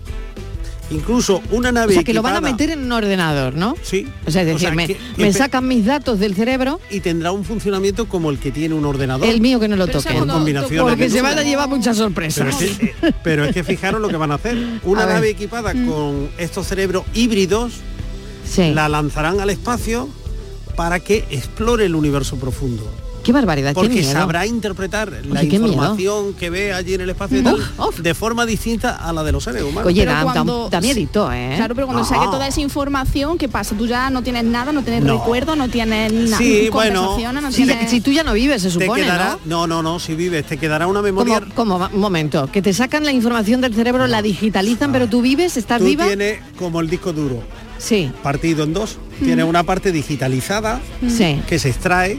S4: Incluso una
S3: O
S4: nave
S3: sea, que lo van a
S4: equipada-
S3: meter en un ordenador, ¿no?
S4: Sí.
S3: O sea, es
S4: O
S3: decir,
S4: sea,
S3: me,
S4: que-
S3: me
S4: empe-
S3: sacan mis datos del cerebro,
S4: y tendrá un funcionamiento como el que tiene un ordenador.
S3: el mío que no lo
S4: Pero
S3: toquen.
S4: con combinaciones.
S3: Porque se van a llevar muchas sorpresas.
S4: Pero es, que, eh, pero es que fijaros lo que van a hacer. Una
S3: A ver. Mm.
S4: nave equipada con estos cerebros híbridos la lanzarán al espacio para que explore el universo profundo.
S3: Qué barbaridad, qué
S4: Porque
S3: miedo.
S4: sabrá interpretar la
S3: Oye, qué miedo.
S4: información que ve allí en el espacio y tal, de forma distinta a la de los seres humanos.
S3: Oye,
S7: Pero
S3: da, da-
S7: cuando-
S3: da miedito, ¿eh?
S7: Claro, pero
S5: Ah.
S7: cuando saque
S4: No.
S7: toda esa información, ¿qué pasa? Tú ya no tienes nada, no tienes
S4: No.
S7: recuerdo, no tienes nada.
S4: Sí, bueno,
S7: no
S4: sí,
S7: tienes...
S3: Si tú ya no vives, se
S4: Te
S3: supone,
S4: quedará-
S3: ¿no?
S4: ¿no? no, no, si vives, te quedará una memoria.
S3: Como, como, va- un momento, que te sacan la información del cerebro, la digitalizan, pero tú vives, estás
S4: Tú
S3: viva.
S4: tienes como el disco duro.
S3: Sí.
S4: Partido en dos.
S3: Mm.
S4: Tiene una parte digitalizada
S3: Sí.
S4: que se extrae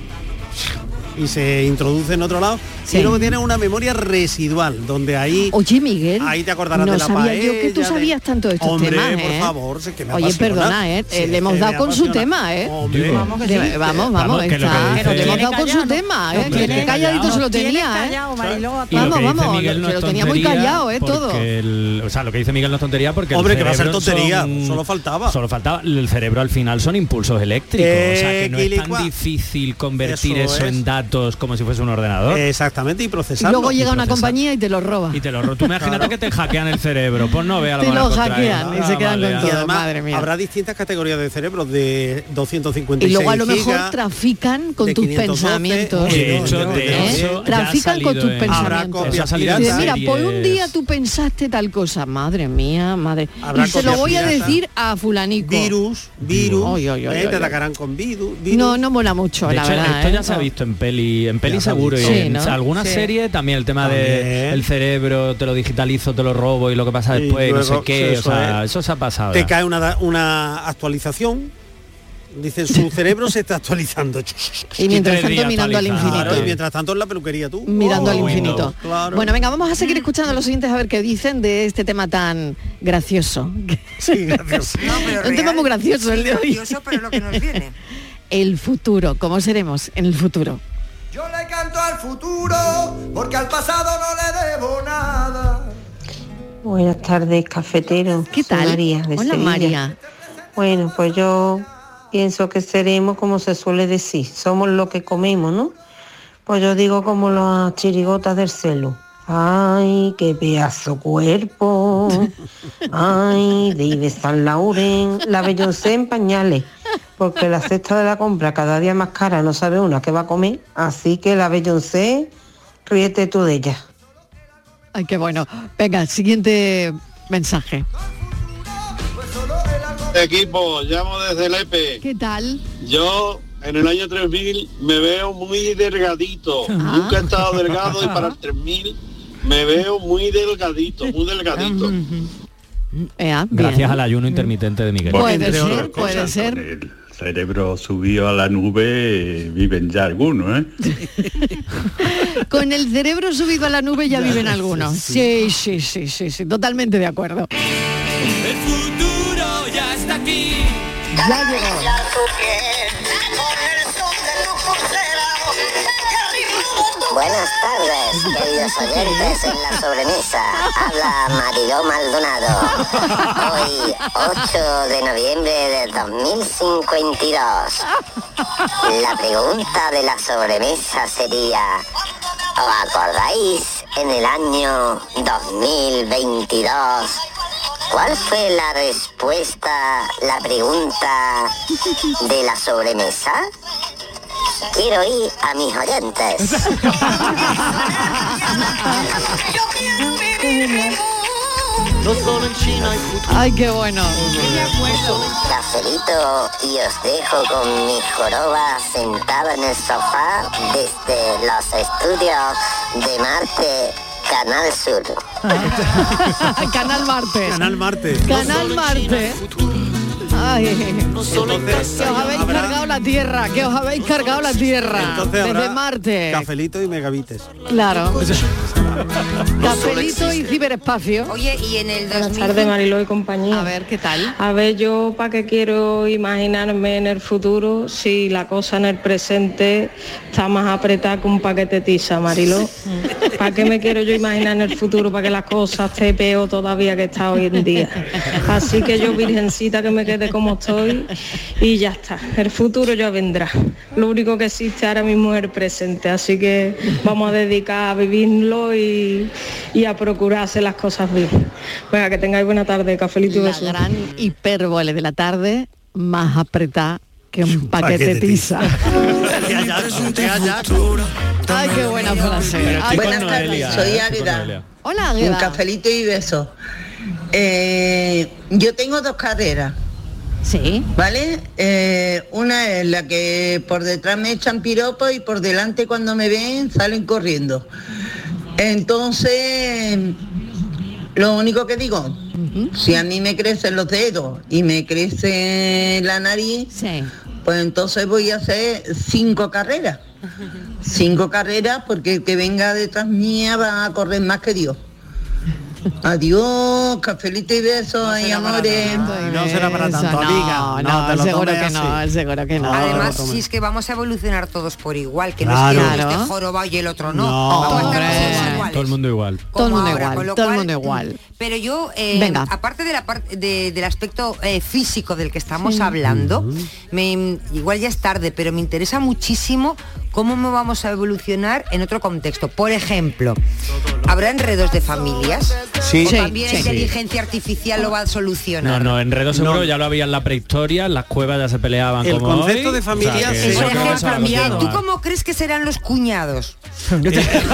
S4: y se introduce en otro lado Y luego tienes una memoria residual, donde ahí...
S3: Oye, Miguel.
S4: Ahí te acordarás
S3: no
S4: de la
S3: sabía
S4: paella.
S3: yo que tú
S4: de-
S3: sabías tanto de estos
S4: Hombre,
S3: temas,
S4: por
S3: ¿eh?
S4: favor, sí, que me
S3: Oye,
S4: apasiona.
S3: perdona, ¿eh?
S4: Sí,
S3: Eh, le hemos
S4: que
S3: dado
S4: me
S3: con su
S4: apasiona.
S3: tema, ¿eh?
S4: Hombre.
S3: vamos,
S4: que sí,
S3: vamos,
S4: que-
S3: vamos,
S4: vamos,
S3: está.
S4: que lo que dice-
S3: le hemos dado con su
S4: Callado,
S3: tema, ¿eh?
S8: Hombre,
S3: Que
S8: tiene
S3: calladito
S8: callado.
S3: se lo tenía, ¿eh? Vamos, vamos,
S8: no
S3: se lo
S8: es
S3: tenía muy
S8: tontería,
S3: callado, ¿eh? Todo.
S8: porque el- o sea, lo que dice Miguel no es tontería porque... el
S4: Hombre, que va a ser
S8: cerebro
S4: tontería,
S8: son-
S4: solo faltaba.
S8: Solo faltaba, el cerebro al final son impulsos eléctricos, o sea que no es
S4: Equilicua.
S8: tan difícil convertir
S4: Eso
S8: eso,
S4: es.
S8: en datos como si fuese un ordenador.
S4: Exactamente, y
S3: Y luego llega una compañía y te lo roba.
S8: Y te lo ro- Tú imagínate que te hackean el cerebro, pues no vea la
S3: Te
S8: mala
S3: lo
S8: que trae.
S3: hackean y
S8: Ah,
S3: se quedan
S8: vale,
S3: con
S8: ah.
S4: Y además,
S3: madre mía.
S4: habrá distintas categorías de cerebros de 256
S3: Y luego a lo mejor
S4: gigas,
S3: trafican con
S4: de
S3: tus
S4: 512,
S3: pensamientos.
S8: De hecho,
S3: ¿eh?
S8: de eso ya ha
S3: trafican
S8: salido
S3: con tus
S8: en- Habrá
S3: pensamientos.
S8: copias Eso ha salido en
S3: Dice, mira,
S8: series.
S3: por un día tú pensaste tal cosa, madre mía, madre.
S4: Habrá
S3: y se lo
S4: copias
S3: voy a
S4: piratas.
S3: decir a fulanico.
S4: Virus, virus,
S3: Ay, ay, ay,
S4: eh,
S3: ay,
S4: te
S3: ay.
S4: atacarán con virus.
S3: No, no mola mucho,
S8: De
S3: la
S8: hecho,
S3: verdad.
S8: esto
S3: ¿eh?
S8: ya se ha visto en peli, en peli
S4: se ha
S8: seguro
S4: visto.
S8: y
S4: Sí,
S8: en
S4: ¿no?
S8: alguna
S4: Sí.
S8: serie también el tema de
S4: También.
S8: el cerebro, te lo digitalizo, te lo robo y lo que pasa
S4: Y
S8: después, no
S4: luego,
S8: sé qué,
S4: eso
S8: o sea,
S4: es.
S8: eso se ha pasado.
S4: Te
S8: ya.
S4: cae una, una actualización. Dice, su cerebro se está actualizando.
S3: Y mientras tanto mirando al infinito.
S4: Claro, y mientras tanto en la peluquería tú.
S3: Mirando
S4: Oh,
S3: al infinito.
S4: claro.
S3: Bueno, venga, vamos a seguir escuchando a los oyentes a ver qué dicen de este tema tan gracioso.
S4: Sí, gracioso.
S3: Un tema muy gracioso el de hoy. El futuro, ¿cómo seremos en el futuro?
S9: Yo le canto al futuro porque al pasado no le debo nada.
S1: Buenas tardes, cafetero. ¿Qué
S3: tal?
S1: María, de
S3: Hola,
S1: Sevilla.
S3: María.
S1: Bueno, pues yo pienso que seremos como se suele decir, somos lo que comemos, ¿no? Pues yo digo como las chirigotas del celo. Ay, qué pedazo cuerpo. Ay, de Ives San Lauren. La Beyoncé en pañales. Porque la cesta de la compra cada día más cara, no sabe una que va a comer. Así que la Beyoncé, ríete tú de ella.
S3: Ay, qué bueno. Venga, siguiente mensaje.
S2: Equipo, llamo desde E Lepe.
S3: ¿Qué tal?
S2: Yo en el año 3000 me veo muy
S3: Ah.
S2: delgadito. Nunca he estado delgado y para el 3000 me veo muy delgadito, muy delgadito.
S3: Ea, Eh, ah, bien.
S8: Gracias al ayuno intermitente de Miguel.
S3: Puede ser, puede ser.
S5: cerebro subido a la nube eh, viven ya algunos, ¿eh?
S3: Con el cerebro subido a la nube ya viven algunos. Sí, sí, sí, sí, sí, totalmente de acuerdo.
S9: El futuro ya está aquí.
S3: Ya llegó.
S10: Buenas tardes, queridos oyentes en la sobremesa. Habla Mariló Maldonado. Hoy, 8 de noviembre de 2052. La pregunta de la sobremesa sería, ¿os acordáis en el año 2022 cuál fue la respuesta, la pregunta de la sobremesa? Quiero ir a mis oyentes.
S9: No solo en China hay futuro.
S3: Ay, qué bueno.
S10: Cafelito y os dejo con mi joroba sentada en el sofá desde los estudios de Marte, Canal Sur.
S3: Canal Marte.
S4: Canal Marte.
S3: Canal Marte. Ay,
S4: Entonces,
S3: que os habéis
S4: habrá-
S3: cargado la Tierra, que os habéis cargado la Tierra
S4: entonces
S3: desde
S4: habrá
S3: Marte.
S4: Cafelito y megabites. Pues
S3: Claro. Cafelito y ciberespacio.
S10: Oye, y en el
S1: Buenas tardes, Mariló y compañía. A
S3: ver, ¿qué tal?
S1: A ver, yo para qué quiero imaginarme en el futuro si la cosa en el presente está más apretada que un paquete tiza, Mariló. ¿Para qué me quiero yo imaginar en el futuro para que las cosas esté peor todavía que está hoy en día? Así que yo, virgencita, que me quede como estoy y ya está. El futuro ya vendrá. Lo único que existe ahora mismo es el presente, así que vamos a dedicar a vivirlo y, y a procurarse las cosas bien. Venga, que tengáis buena tarde, cafelito y
S3: La
S1: besos.
S3: gran hipérbole de la tarde más apretada que un paquete tiza. Ay, qué buena frase. Ay,
S27: Buenas tardes, soy Ávila.
S3: Hola,
S27: Un
S3: Águeda.
S27: cafelito y beso. Eh, yo tengo dos carreras.
S3: Sí.
S27: ¿Vale? Eh, una es la que por detrás me echan piropos y por delante cuando me ven salen corriendo. Entonces, lo único que digo, si a mí me crecen los dedos y me crece la nariz,
S3: pues
S27: entonces voy a hacer cinco carreras. Cinco carreras porque el que venga detrás mía va a correr más que Dios. Adiós, cafelito y besos, ay amores.
S4: No será para
S3: Eso,
S4: tanto,
S3: no,
S4: amiga.
S3: no,
S4: te lo
S3: seguro
S4: tomes
S3: que
S4: así.
S3: no, seguro que no.
S8: Ah,
S5: Además, si es que vamos a evolucionar todos por igual, que no
S8: Claro.
S5: es que uno
S8: Claro.
S5: esté jorobado y el otro no.
S8: No,
S5: Vamos a estar
S8: hombre.
S5: todos iguales.
S8: Todo el mundo igual.
S3: Todo el
S5: como
S3: mundo
S5: ahora,
S3: igual,
S5: con lo
S3: todo el
S5: cual,
S3: mundo igual.
S5: Pero yo, eh,
S3: Venga.
S5: aparte de la parte de- del aspecto eh, físico del que estamos hablando, me, igual ya es tarde, pero me interesa muchísimo cómo me vamos a evolucionar en otro contexto. Por ejemplo, ¿habrá enredos de familias?
S8: Sí.
S5: ¿O
S8: Sí,
S5: también
S8: sí.
S5: la inteligencia artificial lo va a
S8: No,
S5: solucionar?
S8: no, enredo seguro ya lo había en la prehistoria, las cuevas ya se peleaban
S4: El
S8: como
S4: concepto
S8: hoy,
S4: de familia
S8: que
S4: se-
S8: eso
S4: Por
S8: que
S4: ejemplo,
S8: vamos a
S4: mira,
S8: continuar.
S5: ¿Tú cómo crees que serán los cuñados?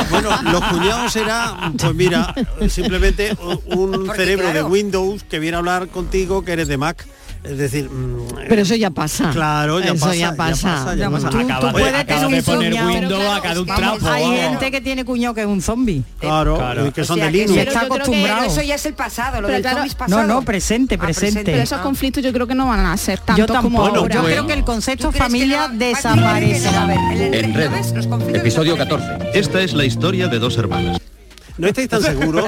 S4: bueno, los cuñados será, pues mira, simplemente u- un cerebro de Windows que viene a hablar contigo que eres de Mac. Es decir, mm,
S3: Pero eso ya pasa.
S4: Claro, ya
S3: eso
S4: pasa,
S3: ya
S4: ya
S3: pasa.
S4: pasa, ya pasa. Acaba de-
S6: puedes
S4: acaba
S6: tener
S4: de
S6: un
S4: poner
S6: cuñado.
S4: Windows Pero claro, a cada un
S6: vamos,
S4: trapo,
S6: Hay
S4: vamos.
S6: gente que tiene cuñado que es un zombie.
S4: Claro, y que
S6: O
S4: son
S6: sea,
S4: de
S6: que
S4: Linux.
S6: se- Pero yo creo que acostumbrado.
S5: Eso ya es el pasado, lo
S6: Pero
S5: del
S6: claro-
S5: zombies pasado. Ah,
S6: No, no, Ah, presente, presente.
S7: Pero esos conflictos yo creo que no van a ser tantos
S6: Yo
S7: como
S6: tampoco.
S7: ahora.
S6: Yo creo que el concepto familia desaparecerá.
S14: Enredo, episodio 14. Esta es la historia de dos hermanas.
S4: No estáis tan seguros.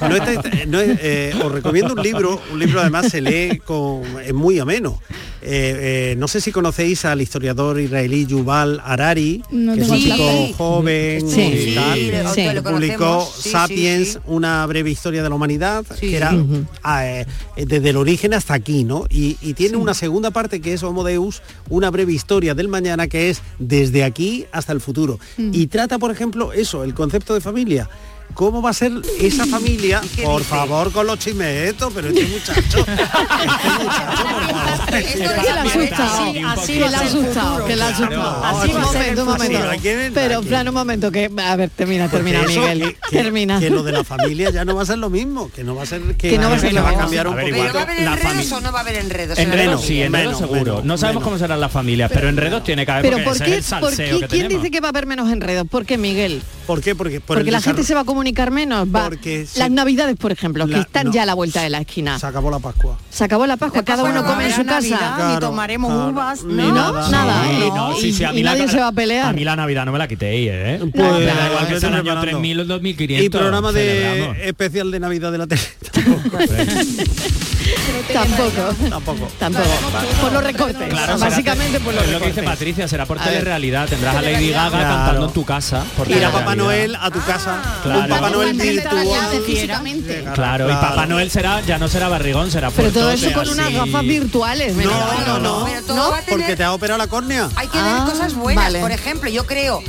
S4: No estáis- no es- eh, os recomiendo un libro. Un libro además se lee con, es muy ameno. Eh, eh, no sé si conocéis al historiador israelí Yuval Harari,
S11: No
S4: que es un
S11: tengo
S4: chico
S11: idea.
S4: joven
S11: Sí.
S4: y
S11: Sí,
S4: tal,
S11: sí,
S4: que
S11: lo
S4: publicó
S11: conocemos. Sí, sí,
S4: Sapiens,
S11: sí.
S4: una breve historia de la humanidad,
S11: Sí.
S4: que era
S11: Ujú.
S4: ah, eh, desde el origen hasta aquí, ¿no? Y, y tiene una segunda parte que es Homo Deus, una breve historia del mañana que es desde aquí hasta el futuro.
S11: Mm.
S4: Y trata, por ejemplo, eso, el concepto de familia. ¿Cómo va a ser esa familia? Por favor, con los chismetos, pero este muchacho.
S3: Esto que le asusta,
S4: Sí,
S3: así que le ha asustado, que le ha asustado.
S4: Claro.
S3: Así va a
S4: Así
S3: ser, un
S4: va a
S3: momento.
S4: ser. Pero quieren-
S3: Pero, Fran, un momento, que, a ver, termina,
S4: Porque
S3: termina,
S4: eso,
S3: Miguel.
S4: que-
S3: Termina.
S4: Que lo de la familia ya no va a ser lo mismo, que no va a ser que,
S3: Que no va a ser
S4: que
S3: lo
S4: va a
S3: mismo.
S4: cambiar un
S8: A ver,
S4: poquito
S8: igual.
S5: ¿Va a haber
S4: la
S5: enredos
S4: familia.
S5: o no va a haber enredos? en la
S8: Enredo,
S5: familia?
S8: sí, enredo
S4: menos,
S8: seguro.
S4: menos,
S8: no sabemos cómo serán las familias, pero enredos tiene que haber
S3: Pero
S8: porque
S3: ¿por
S8: ese
S3: qué,
S8: es el
S3: por
S8: salseo
S3: qué-
S8: que
S3: quién
S8: tenemos.
S3: dice que va a haber menos enredos? ¿Por qué, Miguel?
S4: ¿Por qué? Porque, por
S3: Porque
S4: el
S3: la gente
S4: desarrollo-
S3: se va a comunicar menos. Va.
S4: Porque se-
S3: Las navidades, por ejemplo, que
S4: La-
S3: están
S4: no.
S3: ya a la vuelta de la esquina.
S4: se acabó la Pascua.
S3: Se acabó la Pascua, cada uno come en su casa.
S4: Claro, claro.
S3: Ni ¿no? nada. Nada,
S8: Sí,
S3: ¿no?
S8: no, sí,
S3: Y-
S8: sí, a mí
S3: y
S8: la-
S3: nadie se va a pelear.
S8: A mí la Navidad no me la quitéis, ¿eh?
S4: Pues,
S8: Me da igual que
S4: claro,
S8: sea el año
S4: celebrando.
S8: 3000 o el 2500.
S4: Y programa
S8: celebramos.
S4: de especial de Navidad de la tele.
S3: Tampoco.
S4: Tampoco.
S3: Tampoco. Por los recortes.
S4: Ah,
S8: Claro, será-
S3: Básicamente
S4: pues,
S3: por los
S8: es lo que
S3: recortes.
S8: dice Patricia, será por
S3: A ver.
S8: realidad Tendrás a Lady
S4: Telerealidad.
S8: Gaga
S4: Claro.
S8: cantando en tu casa. por
S4: Ir a Papá
S8: telerealidad.
S4: Noel a tu casa.
S8: Claro.
S4: Un Papá Noel virtual.
S3: físicamente.
S8: Claro, y Papá Noel será, ya no será barrigón, será
S3: Pero todo
S8: fuertote,
S3: eso con unas
S8: así.
S3: gafas virtuales.
S4: No,
S3: ¿verdad?
S4: no, no. Ah,
S5: todo va a tener-
S4: Porque te ha operado la córnea.
S5: Hay que ver cosas buenas.
S3: vale.
S5: Por ejemplo, yo creo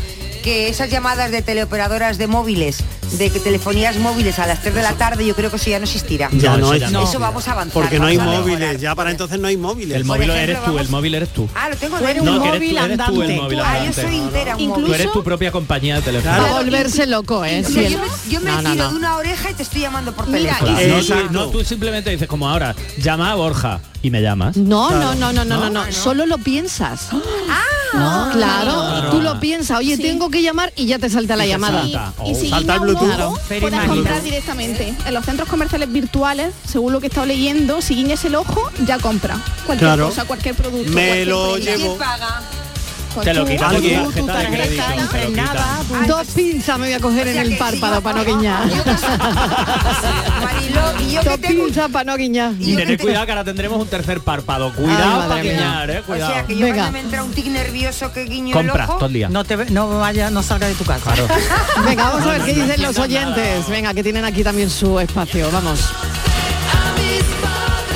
S5: que esas llamadas de teleoperadoras de móviles, de que telefonías móviles a las 3 de la tarde, yo creo que eso ya no existirá.
S4: Ya no,
S5: eso,
S4: ya no.
S5: vamos a avanzar.
S4: Porque no hay
S5: vamos a mejorar.
S4: móviles. Ya para entonces no hay móviles.
S8: El móvil eres tú, el móvil eres tú.
S5: Ah, lo tengo
S8: Tú eres
S5: dentro.
S8: un No, que eres móvil tú, eres tú el andante. móvil
S5: Ah, yo
S8: andante.
S5: soy entera. un móvil.
S8: Tú eres tu propia compañía de teléfono.
S3: Va a volverse loco, ¿eh?
S5: O
S3: Si
S5: sea,
S3: el-
S5: yo me, yo me
S8: No, no,
S5: tiro
S8: no.
S5: de una oreja y te estoy llamando por
S3: Mira,
S5: teléfono.
S8: Claro.
S3: Exacto.
S8: No, tú- no, tú simplemente dices como ahora, llama a Borja y me llamas.
S3: No, no, no, no, no, no, no. Solo lo piensas. Ah, claro.
S8: Claro.
S3: Tú lo piensas. Oye, tengo que llamar y ya te salta la
S8: Y te
S3: llamada.
S8: salta. Oh,
S7: Y si
S8: Salta el
S7: no,
S8: Bluetooth.
S7: no,
S8: Feria
S7: puedes
S8: Magno.
S7: comprar directamente. En los centros comerciales virtuales, según lo que he estado leyendo, si guiñas el ojo, ya compra. Cualquier
S4: Claro.
S7: cosa, cualquier producto.
S4: Me
S7: cualquier
S4: lo
S7: prenda.
S4: llevo.
S7: Con
S8: Te lo
S7: tu-
S8: quita
S7: con
S8: tu
S7: tu-
S8: tarjeta
S7: tu
S8: de
S7: tarjeta,
S8: crédito, te lo
S3: Nada,
S8: quita.
S3: dos pinzas me voy a coger en el párpado para no guiñar. Dos pinzas para no guiñar.
S8: Y tener cuidado que ahora tendremos un tercer párpado. Cuidado
S3: madre
S8: para
S3: mía.
S8: guiñar, eh,
S5: O
S8: cuidado.
S5: sea, que yo
S8: Venga.
S5: cuando me entra un tic nervioso que guiño
S8: Compra
S5: el ojo...
S8: todo el día.
S6: No te ve- no vaya, no salga de tu casa.
S3: Venga, vamos a ver qué
S6: No, no,
S3: dicen
S6: no
S3: los
S6: entiendo nada.
S3: oyentes. Venga, que tienen aquí también su espacio. Vamos.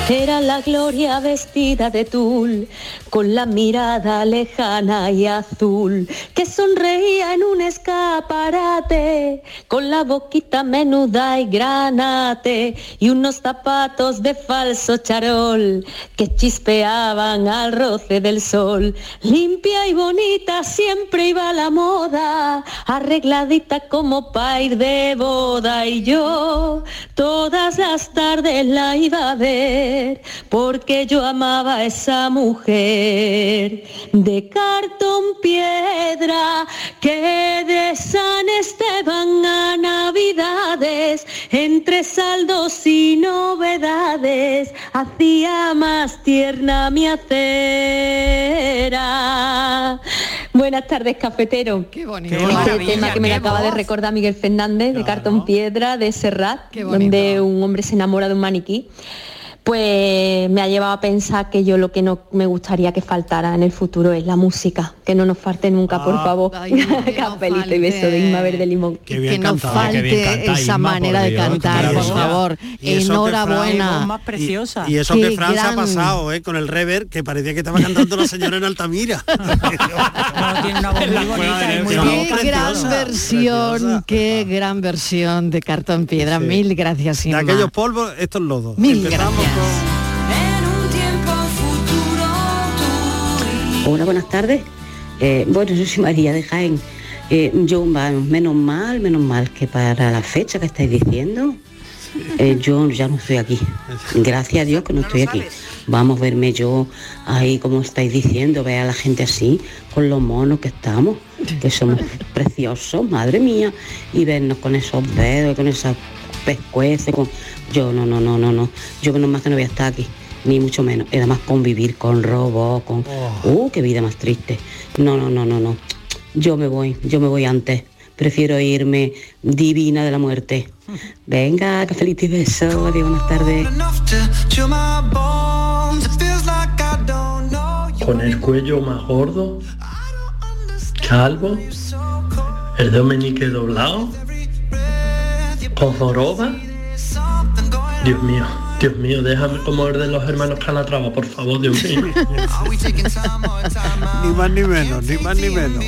S28: Era la gloria vestida de tul, con la mirada lejana y azul, que sonreía en un escaparate, con la boquita menuda y granate, y unos zapatos de falso charol, que chispeaban al roce del sol. Limpia y bonita siempre iba la moda, arregladita como pa' ir de boda, y yo todas las tardes la iba a ver, porque yo amaba a esa mujer de cartón piedra que de San Esteban a Navidades, entre saldos y novedades, hacía más tierna mi acera. Bueno, Buenas tardes, cafetero. Qué
S3: bonito.
S28: Qué
S3: maravilla,
S28: tema que me
S3: qué
S28: lo acaba de
S3: voz.
S28: recordar Miguel Fernández, de Cartón Piedra, de Serrat,
S3: bonito.
S28: donde un hombre se enamora de un maniquí. Pues me ha llevado a pensar que yo lo que no me gustaría que faltara en el futuro es la música. Que no nos falte nunca,
S3: Ah.
S28: por favor. Capelito y beso de Inma Verde Limón.
S3: Que, no falte esa manera de cantar, por favor.
S4: Y eso que Fran-
S3: Enhorabuena.
S4: Y, y eso
S3: Qué
S4: que Fran se ha
S3: gran-
S4: pasado, ¿eh? Con el rever, que parecía que estaba cantando la señora en Altamira.
S3: Qué gran versión, qué gran versión de Cartón Piedra. Mil gracias,
S4: De
S3: Inma.
S4: aquellos polvos, estos lodos.
S3: Mil
S4: Empezamos
S29: Hola, buenas tardes. Eh, bueno, yo soy María de Jaén. Eh, yo, bueno, menos mal, menos mal que para la fecha que estáis diciendo, eh, yo ya no estoy aquí. Gracias a Dios que no estoy aquí. Vamos a verme yo ahí, como estáis diciendo, ver a la gente así, con los monos que estamos, que somos preciosos, madre mía, y vernos con esos dedos, con esas pescuezas, con... Yo no, no, no, no, no. Yo menos más que no voy a estar aquí, ni mucho menos. Y además convivir con robots, con... ¡Uh, qué vida más triste! No, no, no, no, no. Yo me voy, yo me voy antes. Prefiero irme divina de la muerte. Venga, que feliz y beso. Adiós, buenas tardes.
S25: con el cuello más gordo, calvo, el dedo meñique doblado, con joroba. Dios mío, Dios mío, déjame como el de los hermanos Calatrava, por favor, Dios mío.
S4: ni más ni menos, ni más ni menos.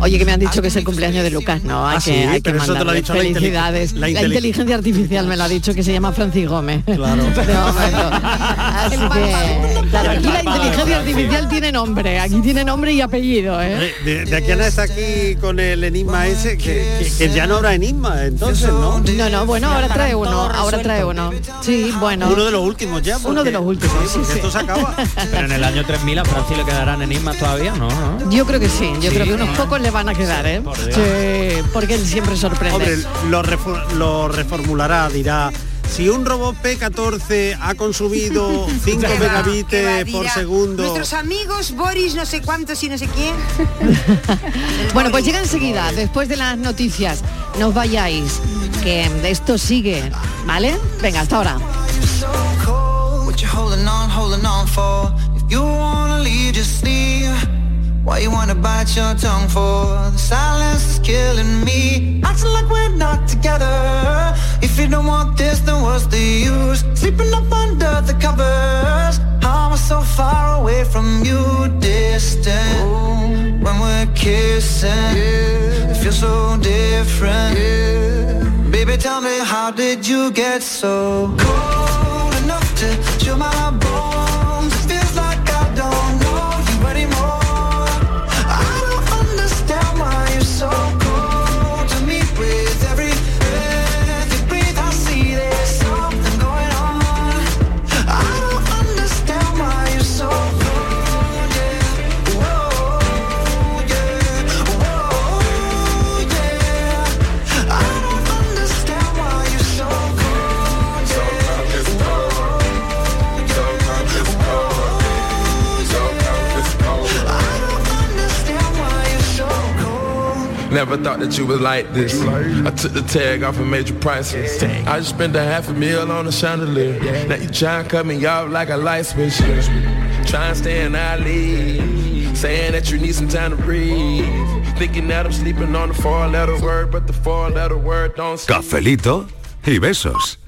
S3: Oye, que me han dicho que es el cumpleaños de Lucas, ¿no? Hay
S4: Ah,
S3: que,
S4: sí,
S3: hay que
S4: pero eso te lo ha
S3: mandarle
S4: dicho la inteligen-
S3: felicidades.
S4: la
S3: La,
S4: inteligen-
S3: inteligencia artificial me lo ha dicho que se llama Francis Gómez.
S4: Claro.
S3: Así que, claro, aquí la inteligencia artificial tiene nombre, aquí tiene nombre y apellido, ¿eh?
S4: Eh, De, de aquí a nada está aquí con el enigma ese, que, que- que ya no habrá enigma, entonces, ¿no?
S3: No, no, bueno, ahora trae uno, ahora trae uno. Sí, bueno.
S4: Uno de los últimos ya.
S3: Uno de los últimos, sí, sí.
S8: Pero en el año 3000 a Francis le quedarán enigmas todavía, ¿no? ¿no?
S3: Yo creo que sí, yo
S8: Sí,
S3: creo que unos
S8: ¿no?
S3: pocos le van a quedar, ¿eh?
S8: Por Dios.
S3: Sí, porque él siempre sorprende.
S4: Hombre, lo, refor- lo reformulará, dirá. Si un robot P14 ha consumido 5
S5: ¿Qué va? ¿Qué va?
S4: megabytes por
S5: Dirá,
S4: segundo.
S5: Nuestros amigos Boris no sé cuántos y no sé quién.
S3: Bueno, pues llega enseguida, después de las noticias. No os vayáis, que esto sigue, ¿vale? Venga, hasta ahora.
S9: What you holding on, holding on for? If you wanna leave, just leave. Why you wanna bite your tongue for? The silence is killing me. Acting like we're not together. If you don't want this, then what's the use? Sleeping up under the covers. How am I so far away from you? Distant. Ooh, when we're kissing, it feels so different. Baby, tell me, how did you get so cold enough to chill my bones? It feels like I don't know you anymore. I don't understand why you're so cold to me. With every breath you breathe, I see there's something going on. I don't understand why you're so cold. Yeah. Whoa, yeah. Whoa, yeah. I don't understand why you're so cold. Yeah.
S30: Never thought that you was like this. I took the tag off and made you priceless. I just spent a half a meal on a chandelier. Now you tryna cut me off like a light switch. Tryna stay in our league. Saying that you need some time to breathe. Thinking that I'm sleeping on the four letter word, but the four letter word don't
S14: Cafelito y besos.